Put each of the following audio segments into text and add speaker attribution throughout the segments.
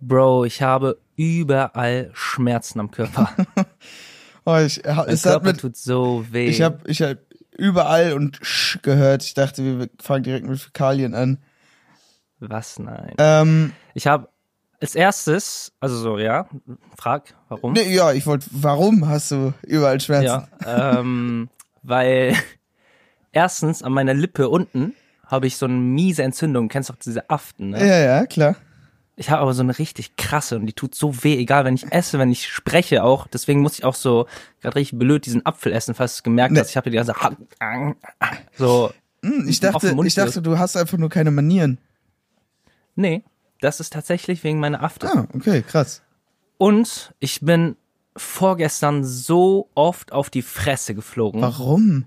Speaker 1: Bro, ich habe überall Schmerzen am Körper.
Speaker 2: Oh, ich,
Speaker 1: Mein
Speaker 2: es hat
Speaker 1: Körper
Speaker 2: mit,
Speaker 1: tut so weh.
Speaker 2: ich habe ich hab überall und sch gehört. Ich dachte, wir fangen direkt mit Fäkalien an.
Speaker 1: Was? Nein.
Speaker 2: Ähm,
Speaker 1: Ich habe als erstes, also so, ja, frag, warum?
Speaker 2: nee, ja, ich wollte, warum hast du überall Schmerzen?
Speaker 1: Ja, ähm, weil erstens an meiner Lippe unten habe ich so eine miese Entzündung. Kennst du auch diese Aften, ne?
Speaker 2: ja, ja, klar.
Speaker 1: Ich habe aber so eine richtig krasse und die tut so weh, egal wenn ich esse, wenn ich spreche auch. Deswegen muss ich auch so gerade richtig blöd diesen Apfel essen, falls du es gemerkt
Speaker 2: Nee.
Speaker 1: hast. Ich habe die ganze so
Speaker 2: Hm, ich
Speaker 1: Auf
Speaker 2: dachte,
Speaker 1: den Mund
Speaker 2: ich dachte, du hast einfach nur keine Manieren.
Speaker 1: nee, das ist tatsächlich wegen meiner Afte.
Speaker 2: Ah, okay,
Speaker 1: Hm.
Speaker 2: krass.
Speaker 1: Und ich bin vorgestern so oft auf die Fresse geflogen.
Speaker 2: Warum?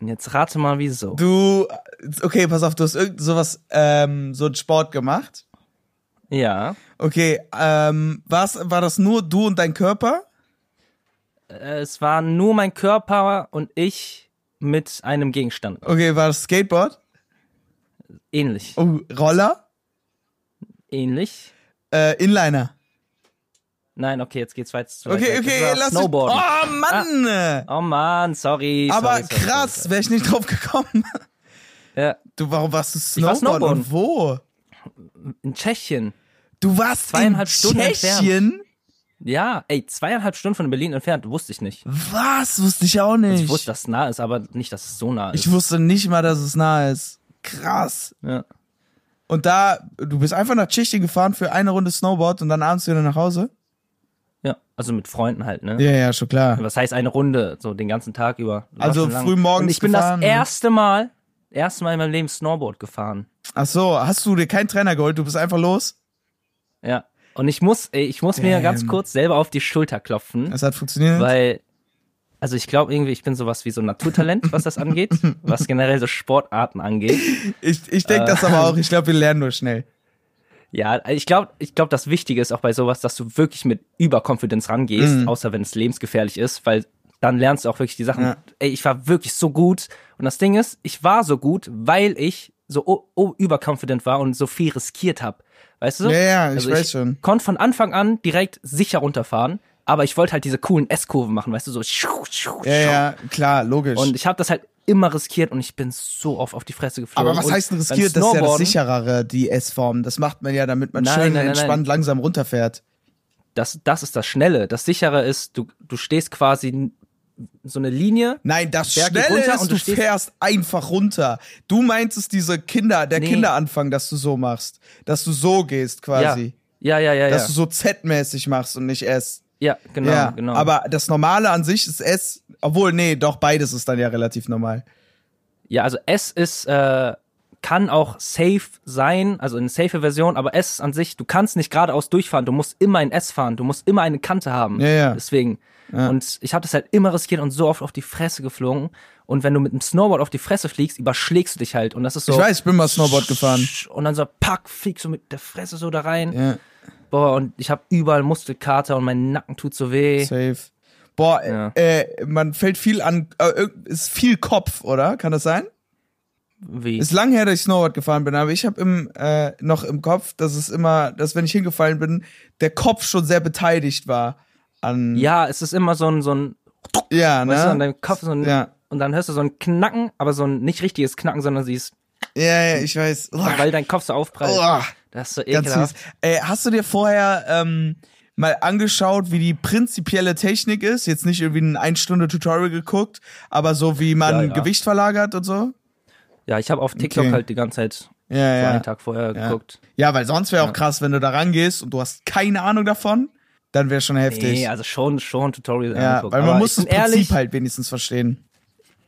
Speaker 1: Und jetzt rate mal wieso.
Speaker 2: Du, okay, pass auf, du hast irgend sowas, ähm, so einen Sport gemacht.
Speaker 1: Ja,
Speaker 2: Okay, ähm, war's, war das nur du und dein Körper?
Speaker 1: äh, es war nur mein Körper und ich mit einem Gegenstand.
Speaker 2: Okay, war das Skateboard?
Speaker 1: Ähnlich,
Speaker 2: Oh, Roller?
Speaker 1: ähnlich.
Speaker 2: Äh, Inliner.
Speaker 1: Nein, okay, jetzt geht's weiter. zu weit
Speaker 2: Okay,
Speaker 1: weg. Das
Speaker 2: okay,
Speaker 1: war
Speaker 2: lass
Speaker 1: Snowboarden.
Speaker 2: Oh, Mann!
Speaker 1: Oh Mann, sorry.
Speaker 2: Aber
Speaker 1: sorry, sorry,
Speaker 2: krass, wäre ich nicht drauf gekommen.
Speaker 1: Sorry. Ja,
Speaker 2: Du, warum warst du
Speaker 1: Ich war Snowboarden.
Speaker 2: Snowboard? Und wo?
Speaker 1: in Tschechien.
Speaker 2: Du warst
Speaker 1: Zweieinhalb
Speaker 2: in
Speaker 1: Stunden
Speaker 2: Tschechien?
Speaker 1: Ja, ey, zweieinhalb Stunden von Berlin entfernt, wusste ich nicht.
Speaker 2: Was? Wusste ich auch nicht.
Speaker 1: Also Ich wusste, dass es nah ist, aber nicht, dass es so nah ist.
Speaker 2: Ich wusste nicht mal, dass es nah ist. Krass.
Speaker 1: ja.
Speaker 2: Und da, du bist einfach nach Tschechien gefahren für eine Runde Snowboard und dann abends wieder nach Hause?
Speaker 1: ja, also mit Freunden halt, ne?
Speaker 2: Ja, ja, schon klar.
Speaker 1: Was heißt eine Runde, so den ganzen Tag über? Das war
Speaker 2: Also
Speaker 1: schon lang.
Speaker 2: früh morgens
Speaker 1: Und ich bin
Speaker 2: gefahren, ne?
Speaker 1: das erste Mal, erste Mal in meinem Leben Snowboard gefahren.
Speaker 2: Ach so, hast du dir keinen Trainer geholt? Du bist einfach los?
Speaker 1: Ja. Und ich muss, ey, ich muss mir
Speaker 2: Damn.
Speaker 1: ganz kurz selber auf die Schulter klopfen,
Speaker 2: Es hat funktioniert.
Speaker 1: weil, also ich glaube irgendwie, ich bin sowas wie so ein Naturtalent, was das angeht, was generell so Sportarten angeht.
Speaker 2: ich ich denke
Speaker 1: äh,
Speaker 2: das aber auch. Ich glaube, wir lernen nur schnell.
Speaker 1: Ja, also ich glaube, ich glaub, das Wichtige ist auch bei sowas, dass du wirklich mit Überconfidence rangehst,
Speaker 2: Mhm.
Speaker 1: außer wenn es lebensgefährlich ist, weil dann lernst du auch wirklich die Sachen.
Speaker 2: Ja.
Speaker 1: Ey, ich war wirklich so gut. Und das Ding ist, ich war so gut, weil ich so o- o- überconfident war und so viel riskiert habe. Weißt du?
Speaker 2: Ja, ja,
Speaker 1: also
Speaker 2: ich weiß schon.
Speaker 1: Konnte von Anfang an direkt sicher runterfahren, aber ich wollte halt diese coolen S-Kurven machen, weißt du, so. schuh, schuh,
Speaker 2: Ja,
Speaker 1: schuh.
Speaker 2: ja, klar, logisch.
Speaker 1: Und ich habe das halt immer riskiert und ich bin so oft auf die Fresse geflogen.
Speaker 2: aber was
Speaker 1: und
Speaker 2: heißt denn
Speaker 1: beim
Speaker 2: riskiert? Das ist ja das
Speaker 1: Snowboarden-
Speaker 2: sicherere, die S-Form. Das macht man ja, damit man
Speaker 1: Nein,
Speaker 2: schön
Speaker 1: nein, nein,
Speaker 2: entspannt langsam runterfährt.
Speaker 1: das, das ist das Schnelle. Das Sichere ist, du, du stehst quasi n- so eine Linie.
Speaker 2: Nein, das
Speaker 1: Berg geht
Speaker 2: Schnelle
Speaker 1: runter
Speaker 2: ist,
Speaker 1: und
Speaker 2: du
Speaker 1: du stehst-
Speaker 2: fährst einfach runter. Du meinst es diese Kinder, der
Speaker 1: Nee.
Speaker 2: Kinderanfang, dass du so machst. Dass du so gehst quasi.
Speaker 1: Ja, ja, ja, ja.
Speaker 2: Dass
Speaker 1: Ja,
Speaker 2: du so Z-mäßig machst und nicht S.
Speaker 1: ja genau,
Speaker 2: ja,
Speaker 1: genau.
Speaker 2: aber das Normale an sich ist S. Obwohl, nee, doch, beides ist dann ja relativ normal.
Speaker 1: ja, also S ist, äh, kann auch safe sein, also eine safe Version, aber S an sich, du kannst nicht geradeaus durchfahren, du musst immer in S fahren, du musst immer eine Kante haben.
Speaker 2: Ja, ja.
Speaker 1: Deswegen. Und ich habe das halt immer riskiert und so oft auf die Fresse geflogen. Und wenn du mit dem Snowboard auf die Fresse fliegst, überschlägst du dich halt. Und das ist so.
Speaker 2: Ich weiß, ich bin mal Snowboard gefahren.
Speaker 1: Und dann so, pack, fliegst du mit der Fresse so da rein.
Speaker 2: Ja,
Speaker 1: Boah, und ich habe überall Muskelkater und mein Nacken tut so weh.
Speaker 2: safe. Boah, äh,
Speaker 1: Ja.
Speaker 2: äh, man fällt viel an, äh, irg- ist viel Kopf, oder? Kann das sein?
Speaker 1: Wie?
Speaker 2: Ist lang her, dass ich Snowboard gefahren bin, aber ich habe im, äh, noch im Kopf, dass es immer, dass wenn ich hingefallen bin, der Kopf schon sehr beteiligt war an.
Speaker 1: ja, es ist immer so ein, so ein,
Speaker 2: Ja, ne?
Speaker 1: weißt du, an deinem Kopf so ein,
Speaker 2: Ja.
Speaker 1: und dann hörst du so ein Knacken, aber so ein nicht richtiges Knacken, sondern siehst,
Speaker 2: ja, ja, ich weiß. Uah,
Speaker 1: weil dein Kopf so aufprallt.
Speaker 2: uah,
Speaker 1: Das ist so
Speaker 2: ganz
Speaker 1: ekelhaft.
Speaker 2: fies. Äh, hast du dir vorher ähm, mal angeschaut, wie die prinzipielle Technik ist? Jetzt nicht irgendwie ein ein Stunde Tutorial geguckt, aber so wie man
Speaker 1: Ja, ja.
Speaker 2: Gewicht verlagert und so?
Speaker 1: Ja, ich habe auf TikTok
Speaker 2: Okay.
Speaker 1: halt die ganze Zeit
Speaker 2: Ja,
Speaker 1: so
Speaker 2: ja.
Speaker 1: einen Tag vorher
Speaker 2: Ja.
Speaker 1: geguckt.
Speaker 2: Ja, weil sonst wäre auch krass, wenn du da rangehst und du hast keine Ahnung davon, dann wäre schon heftig.
Speaker 1: Nee, also schon, schon Tutorial
Speaker 2: Ja,
Speaker 1: angeguckt.
Speaker 2: weil man
Speaker 1: aber
Speaker 2: muss
Speaker 1: ich
Speaker 2: das
Speaker 1: bin
Speaker 2: Prinzip
Speaker 1: ehrlich,
Speaker 2: halt wenigstens verstehen.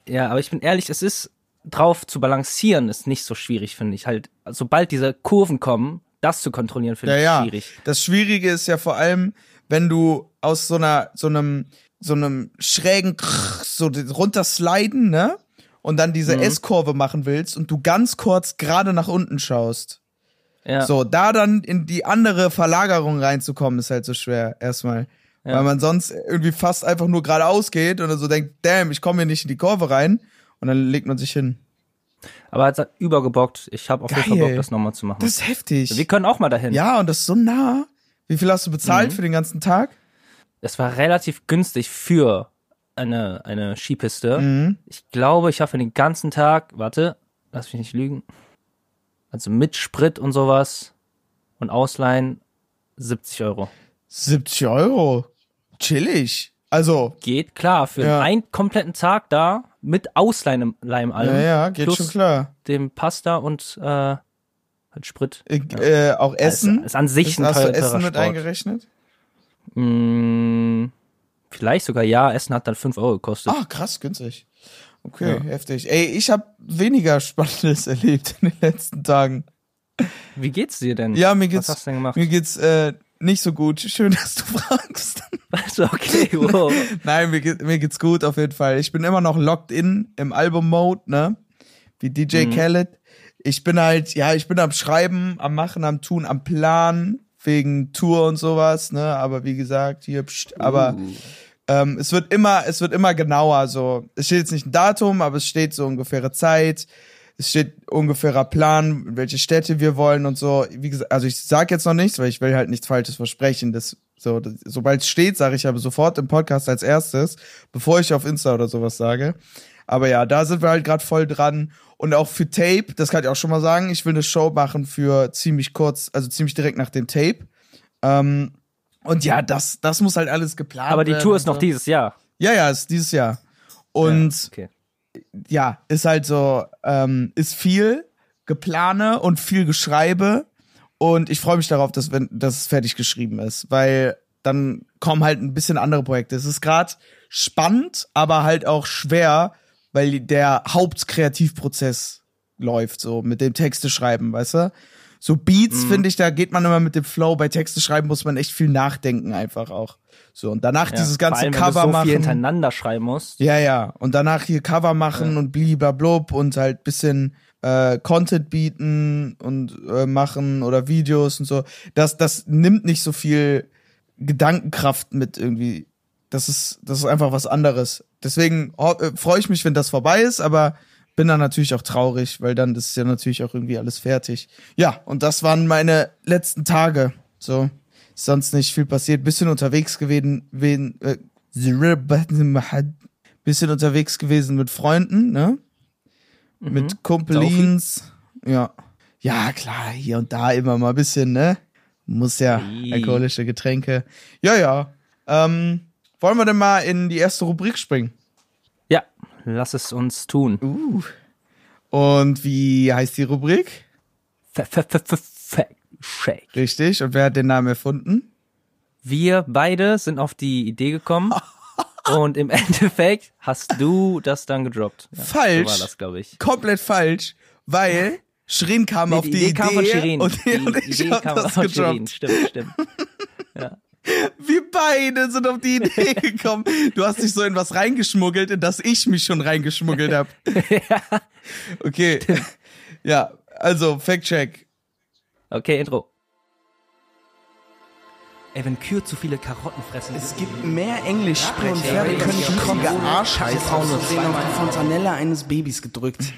Speaker 1: Ja, aber ich bin ehrlich, es ist drauf zu balancieren, ist nicht so schwierig, finde ich. Halt, sobald diese Kurven kommen, das zu kontrollieren, finde
Speaker 2: Ja,
Speaker 1: ich
Speaker 2: ja.
Speaker 1: schwierig.
Speaker 2: Das Schwierige ist ja vor allem, wenn du aus so einer, so einem, so einem schrägen Krrr so d- runtersliden, ne? Und dann
Speaker 1: Mhm.
Speaker 2: diese S-Kurve machen willst und du ganz kurz gerade nach unten schaust.
Speaker 1: Ja.
Speaker 2: So, da dann in die andere Verlagerung reinzukommen, ist halt so schwer, erstmal. Weil man sonst irgendwie fast einfach nur geradeaus geht und dann so denkt, damn, ich komme hier nicht in die Kurve rein. Und dann legt man sich hin.
Speaker 1: Aber er hat übergebockt. Ich habe auf jeden Fall
Speaker 2: Geil.
Speaker 1: Bock, das nochmal zu machen.
Speaker 2: Das ist heftig.
Speaker 1: wir können auch mal dahin.
Speaker 2: Ja, und das ist so nah. Wie viel hast du
Speaker 1: Mhm.
Speaker 2: bezahlt für den ganzen Tag?
Speaker 1: Es war relativ günstig für eine, eine Skipiste.
Speaker 2: Mhm.
Speaker 1: Ich glaube, ich habe für den ganzen Tag, warte, lass mich nicht lügen, also mit Sprit und sowas und Ausleihen 70 Euro.
Speaker 2: 70 Euro. Chillig. Also,
Speaker 1: Geht klar, für
Speaker 2: Ja.
Speaker 1: einen kompletten Tag da mit Ausleihen im Leim allem.
Speaker 2: ja, ja, geht
Speaker 1: plus
Speaker 2: schon klar.
Speaker 1: dem Pasta und äh, halt Sprit.
Speaker 2: Äh, äh, auch Essen.
Speaker 1: Ist, ist an sich
Speaker 2: Ist-
Speaker 1: ein
Speaker 2: hast
Speaker 1: teurer
Speaker 2: du Essen mit
Speaker 1: Sport.
Speaker 2: eingerechnet?
Speaker 1: Mm, vielleicht sogar ja, Essen hat dann 5 Euro gekostet.
Speaker 2: Ah, krass, günstig. Okay, heftig. Ey, ich habe weniger Spannendes erlebt in den letzten Tagen.
Speaker 1: Wie geht's dir denn?
Speaker 2: Ja, mir geht's,
Speaker 1: Was hast du denn gemacht?
Speaker 2: mir geht's äh, nicht so gut. Schön, dass du fragst.
Speaker 1: Also, okay, wow.
Speaker 2: Nein, mir, geht, mir geht's gut auf jeden Fall. Ich bin immer noch locked in im Album-Mode, ne? Wie DJ Khaled. Ich bin halt, ja, ich bin am Schreiben, am Machen, am Tun, am Planen, wegen Tour und sowas, ne? Aber wie gesagt, hier, pst, aber ähm, es wird immer, es wird immer genauer. So, es steht jetzt nicht ein Datum, aber es steht so ungefähre Zeit. Es steht ungefährer Plan, welche Städte wir wollen und so. Wie gesagt, also ich sag jetzt noch nichts, weil ich will halt nichts Falsches versprechen. Das so, das- sobald es steht, sage ich aber sofort im Podcast als erstes, bevor ich auf Insta oder sowas sage. Aber ja, da sind wir halt gerade voll dran. Und auch für Tape, das kann ich auch schon mal sagen, ich will eine Show machen für ziemlich kurz, also ziemlich direkt nach dem Tape. Ähm, und ja, das, das muss halt alles geplant
Speaker 1: Aber die
Speaker 2: werden
Speaker 1: Tour
Speaker 2: und
Speaker 1: ist noch
Speaker 2: so.
Speaker 1: dieses Jahr.
Speaker 2: Ja, ja, ist dieses Jahr. Und
Speaker 1: Okay.
Speaker 2: ja, ist halt so, ähm, ist viel Geplane und viel Geschreibe. Und ich freue mich darauf, dass, wenn, dass es fertig geschrieben ist, weil dann kommen halt ein bisschen andere Projekte. Es ist gerade spannend, aber halt auch schwer, weil der Hauptkreativprozess läuft, so mit dem Texte schreiben, weißt du? So Beats,
Speaker 1: Mhm.
Speaker 2: finde ich, da geht man immer mit dem Flow. Bei Texte schreiben muss man echt viel nachdenken, einfach auch. So, und danach
Speaker 1: Ja.
Speaker 2: dieses ganze
Speaker 1: Vor allem, wenn
Speaker 2: Cover
Speaker 1: du so
Speaker 2: machen.
Speaker 1: viel hintereinander schreiben musst.
Speaker 2: Ja, ja. Und danach hier Cover machen und bliblablub und halt bisschen äh, Content bieten und äh, machen oder Videos und so. Das, das nimmt nicht so viel Gedankenkraft mit irgendwie. Das ist, das ist einfach was anderes. Deswegen ho- äh, freue ich mich, wenn das vorbei ist, aber bin dann natürlich auch traurig, weil dann ist ja natürlich auch irgendwie alles fertig. Ja, und das waren meine letzten Tage. So, ist sonst nicht viel passiert. Bisschen unterwegs gewesen, wen, äh, bisschen unterwegs gewesen mit Freunden, ne? Mit Kumpelins. Ja. Ja, klar, hier und da immer mal ein bisschen, ne? Muss ja
Speaker 1: Ii.
Speaker 2: alkoholische Getränke. Ja, ja. Ähm, wollen wir denn mal in die erste Rubrik springen?
Speaker 1: Ja, lass es uns tun.
Speaker 2: Uh. Und wie heißt die Rubrik?
Speaker 1: Fa- fa- fa- fa- Fact Shake.
Speaker 2: Richtig. Und wer hat den Namen erfunden?
Speaker 1: Wir beide sind auf die Idee gekommen. Und im Endeffekt hast du das dann gedroppt. Ja,
Speaker 2: Falsch.
Speaker 1: So war das, glaube ich.
Speaker 2: Komplett falsch, weil Shirin kam auf die, Idee,
Speaker 1: kam von Shirin.
Speaker 2: und,
Speaker 1: die
Speaker 2: und ich
Speaker 1: Idee
Speaker 2: hab
Speaker 1: kam
Speaker 2: das
Speaker 1: von
Speaker 2: gedroppt.
Speaker 1: Shirin. Stimmt, stimmt.
Speaker 2: Wir beide sind auf die Idee gekommen. Du hast dich so in was reingeschmuggelt, in das ich mich schon reingeschmuggelt habe. Okay. Ja, also Fact-Check.
Speaker 1: Okay, Intro. Ey, wenn Kühe zu viele Karotten fressen,
Speaker 3: Es gibt mehr englischsprechende
Speaker 1: Pferde
Speaker 3: Pferde
Speaker 1: können
Speaker 3: können richtige Arschheiß aussehen auf die Fontanelle eines Babys gedrückt.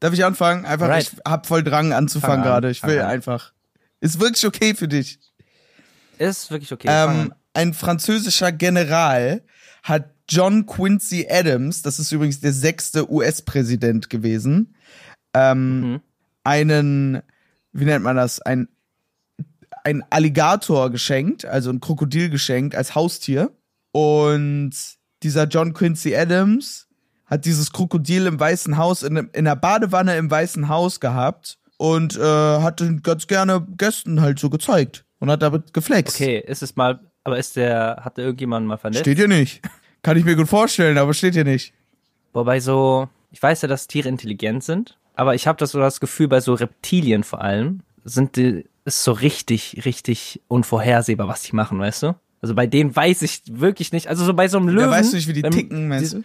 Speaker 2: Darf ich anfangen? Einfach,
Speaker 1: Right.
Speaker 2: ich hab voll Drang anzufangen
Speaker 1: Fang an,
Speaker 2: gerade. Ich
Speaker 1: fang
Speaker 2: will
Speaker 1: an.
Speaker 2: einfach. Ist wirklich okay für dich.
Speaker 1: ist wirklich okay.
Speaker 2: Ähm,
Speaker 1: Ähm,
Speaker 2: ein französischer General hat John Quincy Adams, das ist übrigens der sechste US-Präsident gewesen, ähm,
Speaker 1: Mhm.
Speaker 2: einen, wie nennt man das, ein, ein Alligator geschenkt, also ein Krokodil geschenkt als Haustier. Und dieser John Quincy Adams hat dieses Krokodil im Weißen Haus, in, einem- in einer Badewanne im Weißen Haus gehabt und äh, hat ihn ganz gerne Gästen halt so gezeigt und hat damit geflext.
Speaker 1: okay, ist es mal, aber ist der, hat der irgendjemand mal vernetzt?
Speaker 2: Steht hier nicht. Kann ich mir gut vorstellen, aber steht hier nicht.
Speaker 1: Wobei so, ich weiß ja, dass Tiere intelligent sind, aber ich habe das so das Gefühl, bei so Reptilien vor allem, sind die, ist so richtig, richtig unvorhersehbar, was die machen, weißt du? Also bei denen weiß ich wirklich nicht, also so bei so einem Löwen.
Speaker 2: Da weißt du nicht, wie die
Speaker 1: wenn-
Speaker 2: ticken, meinst du?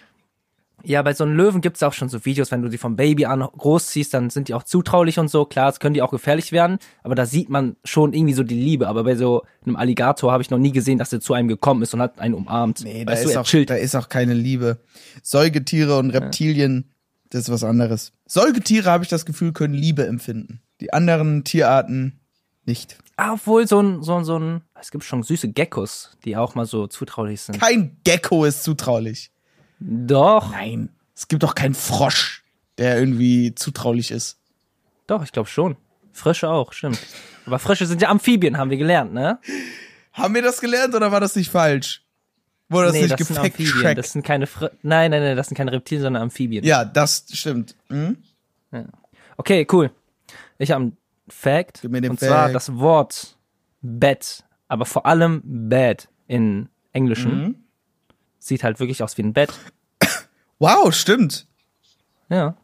Speaker 1: Ja, bei so einem Löwen gibt's auch schon so Videos, wenn du die vom Baby an großziehst, dann sind die auch zutraulich und so. Klar, es können die auch gefährlich werden, aber da sieht man schon irgendwie so die Liebe. Aber bei so einem Alligator habe ich noch nie gesehen, dass er zu einem gekommen ist und hat einen umarmt.
Speaker 2: Nee, da
Speaker 1: weißt du,
Speaker 2: ist,
Speaker 1: er
Speaker 2: auch,
Speaker 1: chillt.
Speaker 2: da ist auch keine Liebe. Säugetiere und Reptilien Das ist was anderes. Säugetiere, habe ich das Gefühl, können Liebe empfinden. Die anderen Tierarten nicht.
Speaker 1: Ah, obwohl so ein, so ein, so ein, es gibt schon süße Geckos, die auch mal so zutraulich sind.
Speaker 2: Kein Gecko ist zutraulich.
Speaker 1: Doch,
Speaker 2: Nein. Es gibt doch keinen Frosch, der irgendwie zutraulich ist.
Speaker 1: doch, ich glaube schon. Frösche auch, stimmt. Aber Frösche sind ja Amphibien, haben wir gelernt, ne?
Speaker 2: Haben wir das gelernt oder war das nicht falsch? Wurde das nicht
Speaker 1: sind
Speaker 2: gefact
Speaker 1: Amphibien. Das
Speaker 2: checkt?
Speaker 1: sind keine Fr Nein, nein, nein, das sind keine Reptilien, sondern Amphibien.
Speaker 2: Ja, das stimmt. Hm?
Speaker 1: Okay, cool. Ich habe einen Fact.
Speaker 2: Gib mir den
Speaker 1: und zwar
Speaker 2: Fact.
Speaker 1: das Wort Bett, aber vor allem Bed in Englischen.
Speaker 2: Mhm.
Speaker 1: Sieht halt wirklich aus wie ein Bett.
Speaker 2: Wow, stimmt.
Speaker 1: Ja.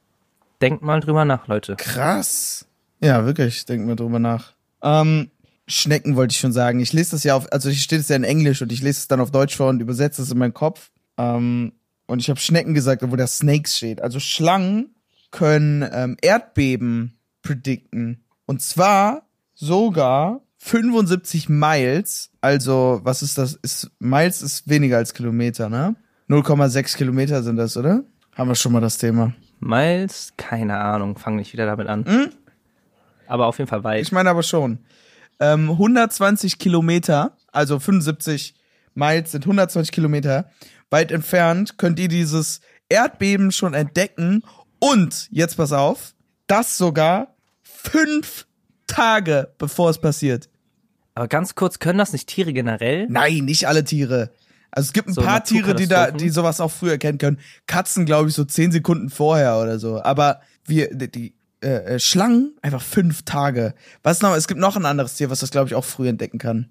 Speaker 1: Denkt mal drüber nach, Leute.
Speaker 2: Krass. Ja, wirklich. Denken wir drüber nach. Ähm, Schnecken wollte ich schon sagen. Ich lese das ja auf, also hier steht es ja in Englisch und ich lese es dann auf Deutsch vor und übersetze es in meinen Kopf. Ähm, und ich habe Schnecken gesagt, obwohl da Snakes steht. Also Schlangen können ähm, Erdbeben predikten. Und zwar sogar 75 Miles. Also, was ist das? Ist, Miles ist weniger als Kilometer, ne? 0,6 Kilometer sind das, oder? Haben wir schon mal das Thema.
Speaker 1: Miles, keine Ahnung, fang nicht wieder damit an. Aber auf jeden Fall weit.
Speaker 2: Mhm. Ich meine aber schon. Ähm, 120 Kilometer, also 75 Miles sind 120 Kilometer. Weit entfernt könnt ihr dieses Erdbeben schon entdecken. Und, jetzt pass auf, das sogar fünf Tage bevor es passiert.
Speaker 1: Aber ganz kurz, können das nicht Tiere generell?
Speaker 2: Nein, nicht alle Tiere. Also es gibt ein
Speaker 1: So
Speaker 2: paar Tiere, die da,
Speaker 1: Naturkatastrophen.
Speaker 2: die sowas auch früh erkennen können. Katzen, glaube ich, so zehn Sekunden vorher oder so. Aber wir, die, die äh, äh, Schlangen einfach fünf Tage. Was noch? Es gibt noch ein anderes Tier, was das, glaube ich, auch früh entdecken kann.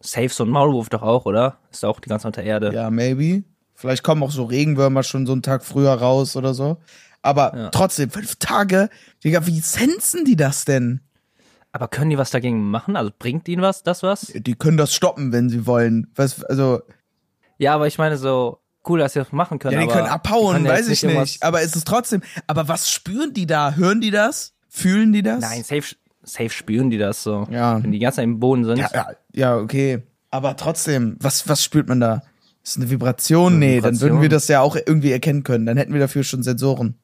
Speaker 1: Safe so ein Maulwurf doch auch, oder? Ist doch auch die ganze unter Erde.
Speaker 2: Ja, maybe. Vielleicht kommen auch so Regenwürmer schon so einen Tag früher raus oder so. Aber trotzdem, fünf Tage, Digga, wie sensen die das denn?
Speaker 1: Aber können die was dagegen machen? Also bringt ihnen was, das was?
Speaker 2: Die können das stoppen, wenn sie wollen. Was, also,
Speaker 1: Ja, aber ich meine so, cool, dass sie das machen können.
Speaker 2: Ja, die
Speaker 1: aber
Speaker 2: können abhauen,
Speaker 1: können ja
Speaker 2: weiß
Speaker 1: jetzt
Speaker 2: ich
Speaker 1: irgendwas-
Speaker 2: nicht. Aber es ist trotzdem. Aber was spüren die da? Hören die das? Fühlen die das?
Speaker 1: Nein, safe, safe spüren die das so.
Speaker 2: Ja.
Speaker 1: Wenn die ganz im Boden sind.
Speaker 2: Ja, ja, ja, okay. Aber trotzdem, was, was spürt man da? Ist eine Vibration? Nee, dann würden
Speaker 1: Vibration.
Speaker 2: wir das ja auch irgendwie erkennen können. Dann hätten wir dafür schon Sensoren.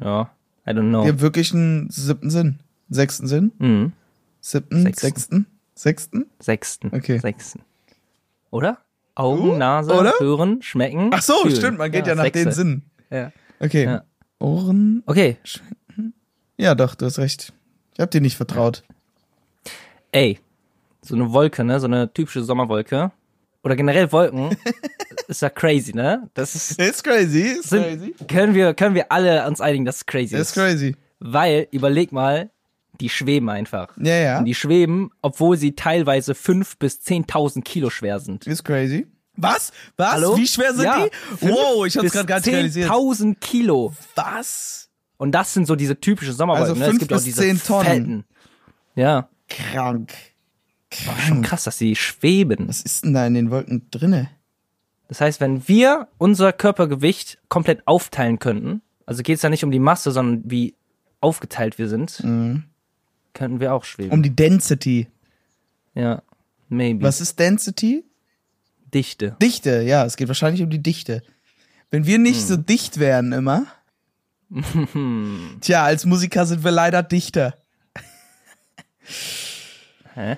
Speaker 1: Ja, I don't know.
Speaker 2: Wir haben wirklich einen siebten Sinn. Sechsten Sinn?
Speaker 1: Mhm.
Speaker 2: Siebten?
Speaker 1: Sechsten.
Speaker 2: Sechsten? Sechsten?
Speaker 1: Sechsten.
Speaker 2: Okay.
Speaker 1: Sechsten. Oder? Augen, Nase,
Speaker 2: oder?
Speaker 1: hören, schmecken.
Speaker 2: Ach so,
Speaker 1: fühlen.
Speaker 2: stimmt, man geht ja, nach
Speaker 1: Sechste.
Speaker 2: den Sinnen.
Speaker 1: Ja.
Speaker 2: Okay.
Speaker 1: Ja.
Speaker 2: Ohren?
Speaker 1: Okay,
Speaker 2: Ja, doch, du hast recht. Ich hab dir nicht vertraut.
Speaker 1: ey, so eine Wolke, ne? So eine typische Sommerwolke. Oder generell Wolken. ist ja crazy, ne? Das ist.
Speaker 2: Ist crazy, ist crazy.
Speaker 1: Sind, können, wir, können wir alle uns einigen, dass es crazy
Speaker 2: Ist crazy.
Speaker 1: Weil, überleg mal, die schweben einfach.
Speaker 2: Ja, ja.
Speaker 1: Und die schweben, obwohl sie teilweise 5.000 bis 10.000 Kilo schwer sind.
Speaker 2: Ist crazy. Was? Was?
Speaker 1: Hallo?
Speaker 2: Wie schwer sind
Speaker 1: Ja.
Speaker 2: die? Wow, ich hab's
Speaker 1: Bis
Speaker 2: gerade gar nicht realisiert.
Speaker 1: 10.000 Kilo.
Speaker 2: Was?
Speaker 1: Und das sind so diese typischen Sommerwolken.
Speaker 2: Also
Speaker 1: ne? Es
Speaker 2: fünf
Speaker 1: gibt auch
Speaker 2: bis
Speaker 1: diese
Speaker 2: zehn Tonnen.
Speaker 1: Fetten. Ja,
Speaker 2: Krank.
Speaker 1: schon
Speaker 2: Krank.
Speaker 1: krass, dass sie schweben.
Speaker 2: Was ist denn da in den Wolken drinne?
Speaker 1: Das heißt, wenn wir unser Körpergewicht komplett aufteilen könnten, also geht es ja nicht um die Masse, sondern wie aufgeteilt wir sind,
Speaker 2: Mhm.
Speaker 1: könnten wir auch schweben.
Speaker 2: Um die Density.
Speaker 1: ja, maybe.
Speaker 2: Was ist Density?
Speaker 1: Dichte.
Speaker 2: Dichte, ja, es geht wahrscheinlich um die Dichte. Wenn wir nicht so dicht wären immer. Tja, als Musiker sind wir leider dichter.
Speaker 1: Hä?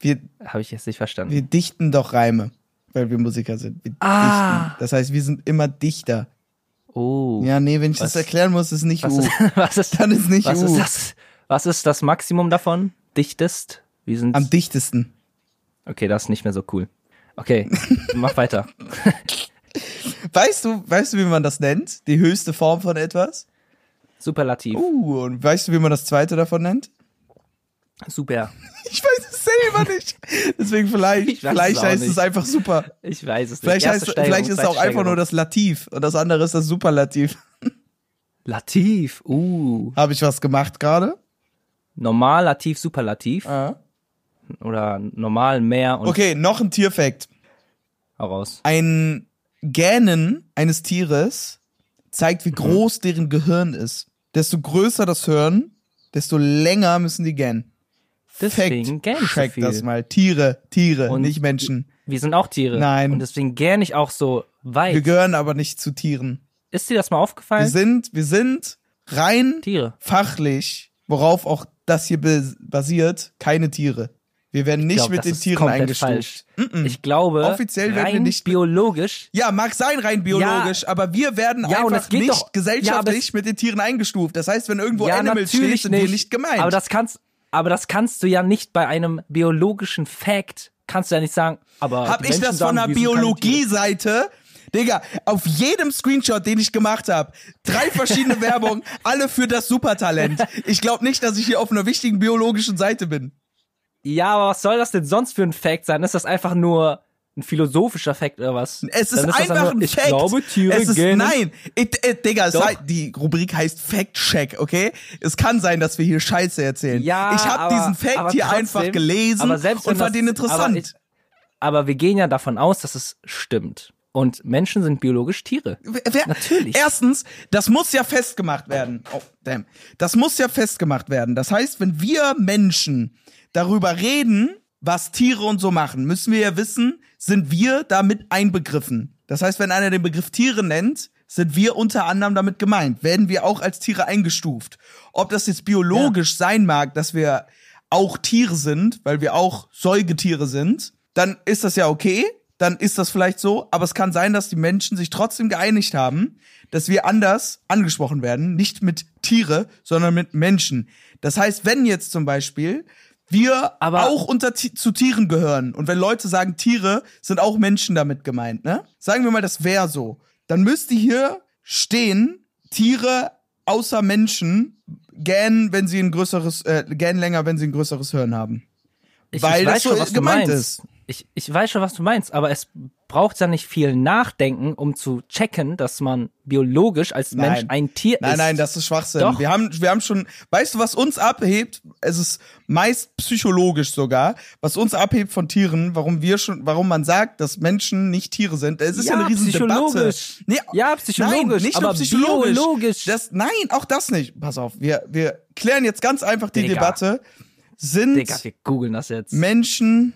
Speaker 2: Wir,
Speaker 1: Habe ich jetzt nicht verstanden.
Speaker 2: wir dichten doch Reime, weil wir Musiker sind. Wir
Speaker 1: Ah.
Speaker 2: dichten. Das heißt, wir sind immer dichter.
Speaker 1: Oh.
Speaker 2: Ja, nee, wenn ich
Speaker 1: Was?
Speaker 2: das erklären muss, ist nicht
Speaker 1: Was,
Speaker 2: U.
Speaker 1: ist, was ist
Speaker 2: Dann ist nicht
Speaker 1: was
Speaker 2: U.
Speaker 1: ist das? Was ist das Maximum davon? Dichtest? Wir sind.
Speaker 2: Am dichtesten.
Speaker 1: okay, das ist nicht mehr so cool. Okay, mach weiter.
Speaker 2: Weißt du, weißt du, wie man das nennt? Die höchste Form von etwas?
Speaker 1: Superlativ.
Speaker 2: Uh, und weißt du, wie man das zweite davon nennt?
Speaker 1: Super.
Speaker 2: Ich weiß es selber nicht. Deswegen vielleicht,
Speaker 1: Ich weiß
Speaker 2: vielleicht
Speaker 1: es auch
Speaker 2: heißt es
Speaker 1: nicht.
Speaker 2: einfach super.
Speaker 1: Ich weiß es
Speaker 2: Vielleicht,
Speaker 1: nicht.
Speaker 2: heißt, vielleicht ist es auch einfach nur das Lativ und das andere ist das Superlativ.
Speaker 1: Lativ. Uh.
Speaker 2: Habe ich was gemacht gerade?
Speaker 1: Normal, Lativ, Superlativ.
Speaker 2: Ah.
Speaker 1: Oder normal, mehr und
Speaker 2: Okay, noch ein Tierfact.
Speaker 1: heraus.
Speaker 2: Ein Gähnen eines Tieres zeigt,
Speaker 1: Mhm.
Speaker 2: wie groß deren Gehirn ist. Desto größer das Hirn, desto länger müssen die gähnen.
Speaker 1: Deswegen gähnen so
Speaker 2: Check
Speaker 1: viel.
Speaker 2: das mal. Tiere, Tiere,
Speaker 1: Und-
Speaker 2: nicht Menschen.
Speaker 1: Wir sind auch Tiere.
Speaker 2: Nein.
Speaker 1: Und deswegen gähne ich auch so weit.
Speaker 2: Wir gehören aber nicht zu Tieren.
Speaker 1: Ist dir das mal
Speaker 2: Wir
Speaker 1: aufgefallen?
Speaker 2: sind, wir sind rein
Speaker 1: Tiere.
Speaker 2: fachlich, worauf auch das hier be- basiert, keine Tiere. Wir werden nicht
Speaker 1: glaub,
Speaker 2: mit
Speaker 1: das
Speaker 2: den
Speaker 1: ist
Speaker 2: Tieren
Speaker 1: komplett
Speaker 2: eingestuft. Mm-mm.
Speaker 1: Ich glaube,
Speaker 2: Offiziell werden wir
Speaker 1: rein
Speaker 2: nicht-
Speaker 1: biologisch.
Speaker 2: Ja, mag sein rein biologisch, aber wir werden
Speaker 1: Ja, und es
Speaker 2: einfach
Speaker 1: geht
Speaker 2: nicht
Speaker 1: doch- Ja, aber
Speaker 2: gesellschaftlich
Speaker 1: es-
Speaker 2: mit den Tieren eingestuft. Das heißt, wenn irgendwo
Speaker 1: ja,
Speaker 2: Animal steht,
Speaker 1: natürlich
Speaker 2: sind
Speaker 1: nicht.
Speaker 2: wir nicht gemeint.
Speaker 1: Aber das kannst, aber das kannst du ja nicht bei einem biologischen Fact, kannst du ja nicht sagen, aber.
Speaker 2: Hab
Speaker 1: die
Speaker 2: ich
Speaker 1: Menschen
Speaker 2: das
Speaker 1: sagen,
Speaker 2: von der
Speaker 1: wir sind keine Tiere.
Speaker 2: Biologie-Seite? Digga, auf jedem Screenshot, den ich gemacht habe, drei verschiedene Werbungen, alle für das Supertalent. Ich glaube nicht, dass ich hier auf einer wichtigen biologischen Seite bin.
Speaker 1: Ja, aber was soll das denn sonst für ein Fact sein? Ist das einfach nur ein philosophischer Fact oder was?
Speaker 2: Es ist,
Speaker 1: Dann das
Speaker 2: einfach
Speaker 1: einfach
Speaker 2: ein
Speaker 1: ich
Speaker 2: Fact.
Speaker 1: glaube, Tiere
Speaker 2: es ist,
Speaker 1: gehen.
Speaker 2: Nein, it, it, Digga, es
Speaker 1: Doch.
Speaker 2: hei- die Rubrik heißt Fact-Check, okay? Es kann sein, dass wir hier Scheiße erzählen.
Speaker 1: Ja,
Speaker 2: ich habe
Speaker 1: aber-
Speaker 2: diesen
Speaker 1: aber
Speaker 2: Fact hier
Speaker 1: trotzdem-
Speaker 2: einfach gelesen
Speaker 1: aber selbst wenn
Speaker 2: und fand
Speaker 1: das- Aber,
Speaker 2: ihn interessant.
Speaker 1: ich, aber wir gehen ja davon aus, dass es stimmt. Und Menschen sind biologisch Tiere.
Speaker 2: Wer,
Speaker 1: Natürlich.
Speaker 2: Erstens, das muss ja festgemacht werden. Oh, damn. Das muss ja festgemacht werden. Das heißt, wenn wir Menschen darüber reden, was Tiere und so machen, müssen wir ja wissen, sind wir damit einbegriffen. Das heißt, wenn einer den Begriff Tiere nennt, sind wir unter anderem damit gemeint. Werden wir auch als Tiere eingestuft. Ob das jetzt biologisch sein mag, dass wir auch Tiere sind, weil wir auch Säugetiere sind, dann ist das ja okay, dann ist das vielleicht so, aber es kann sein, dass die Menschen sich trotzdem geeinigt haben, dass wir anders angesprochen werden, nicht mit Tiere, sondern mit Menschen. Das heißt, wenn jetzt zum Beispiel wir
Speaker 1: Aber-
Speaker 2: auch unter Ti- zu Tieren gehören und wenn Leute sagen Tiere, sind auch Menschen damit gemeint, ne? Sagen wir mal, das wäre so, dann müsste hier stehen Tiere außer Menschen gähnen, wenn sie ein größeres äh, gähnen länger, wenn sie ein größeres Hirn haben.
Speaker 1: Ich,
Speaker 2: Weil
Speaker 1: ich
Speaker 2: das
Speaker 1: weiß schon,
Speaker 2: so
Speaker 1: was
Speaker 2: gemeint
Speaker 1: du meinst.
Speaker 2: ist.
Speaker 1: Ich, ich weiß schon, was du meinst, aber es braucht ja nicht viel Nachdenken, um zu checken, dass man biologisch als
Speaker 2: Nein.
Speaker 1: Mensch ein Tier
Speaker 2: Nein,
Speaker 1: ist.
Speaker 2: nein, das ist Schwachsinn.
Speaker 1: Doch.
Speaker 2: Wir haben, wir haben schon, weißt du, was uns abhebt? Es ist meist psychologisch sogar, was uns abhebt von Tieren, warum wir schon, warum man sagt, dass Menschen nicht Tiere sind. Es ist ja,
Speaker 1: Ja,
Speaker 2: eine riesen
Speaker 1: psychologisch.
Speaker 2: Debatte. Nee,
Speaker 1: Ja, psychologisch,
Speaker 2: Nein, nicht nur
Speaker 1: aber
Speaker 2: psychologisch.
Speaker 1: biologisch.
Speaker 2: Das, nein, auch das nicht. Pass auf, wir, wir klären jetzt ganz einfach die
Speaker 1: Digga.
Speaker 2: Debatte. Sind
Speaker 1: Digga, wir googeln das jetzt.
Speaker 2: Menschen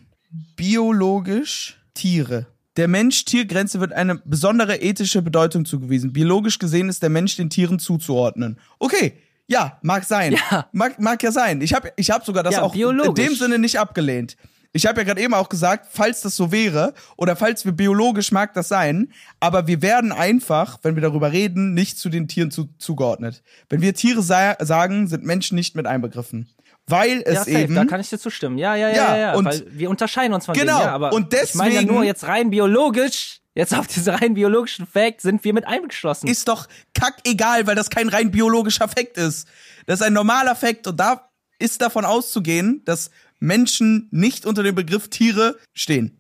Speaker 2: biologisch Tiere. Der Mensch-Tier-Grenze wird eine besondere ethische Bedeutung zugewiesen. Biologisch gesehen ist der Mensch den Tieren zuzuordnen. Okay, ja, mag sein.
Speaker 1: Ja.
Speaker 2: Mag, mag ja sein. Ich habe ich hab sogar das
Speaker 1: Ja,
Speaker 2: auch in
Speaker 1: biologisch.
Speaker 2: dem Sinne nicht abgelehnt. Ich habe ja gerade eben auch gesagt, falls das so wäre oder falls wir biologisch mag das sein, aber wir werden einfach, wenn wir darüber reden, nicht zu den Tieren zu, zugeordnet. Wenn wir Tiere sa sagen, sind Menschen nicht mit einbegriffen, weil es
Speaker 1: ja, safe,
Speaker 2: eben
Speaker 1: da kann ich dir zustimmen. Ja, ja, ja, ja,
Speaker 2: Ja,
Speaker 1: ja,
Speaker 2: und-
Speaker 1: weil wir unterscheiden uns von
Speaker 2: Genau,
Speaker 1: denen, ja, aber
Speaker 2: und
Speaker 1: ich meine ja
Speaker 2: deswegen-
Speaker 1: nur jetzt rein biologisch, jetzt auf diesen rein biologischen Fact sind wir mit eingeschlossen.
Speaker 2: ist doch kackegal, weil das kein rein biologischer Fakt ist. Das ist ein normaler Fakt und da ist davon auszugehen, dass Menschen nicht unter dem Begriff Tiere stehen.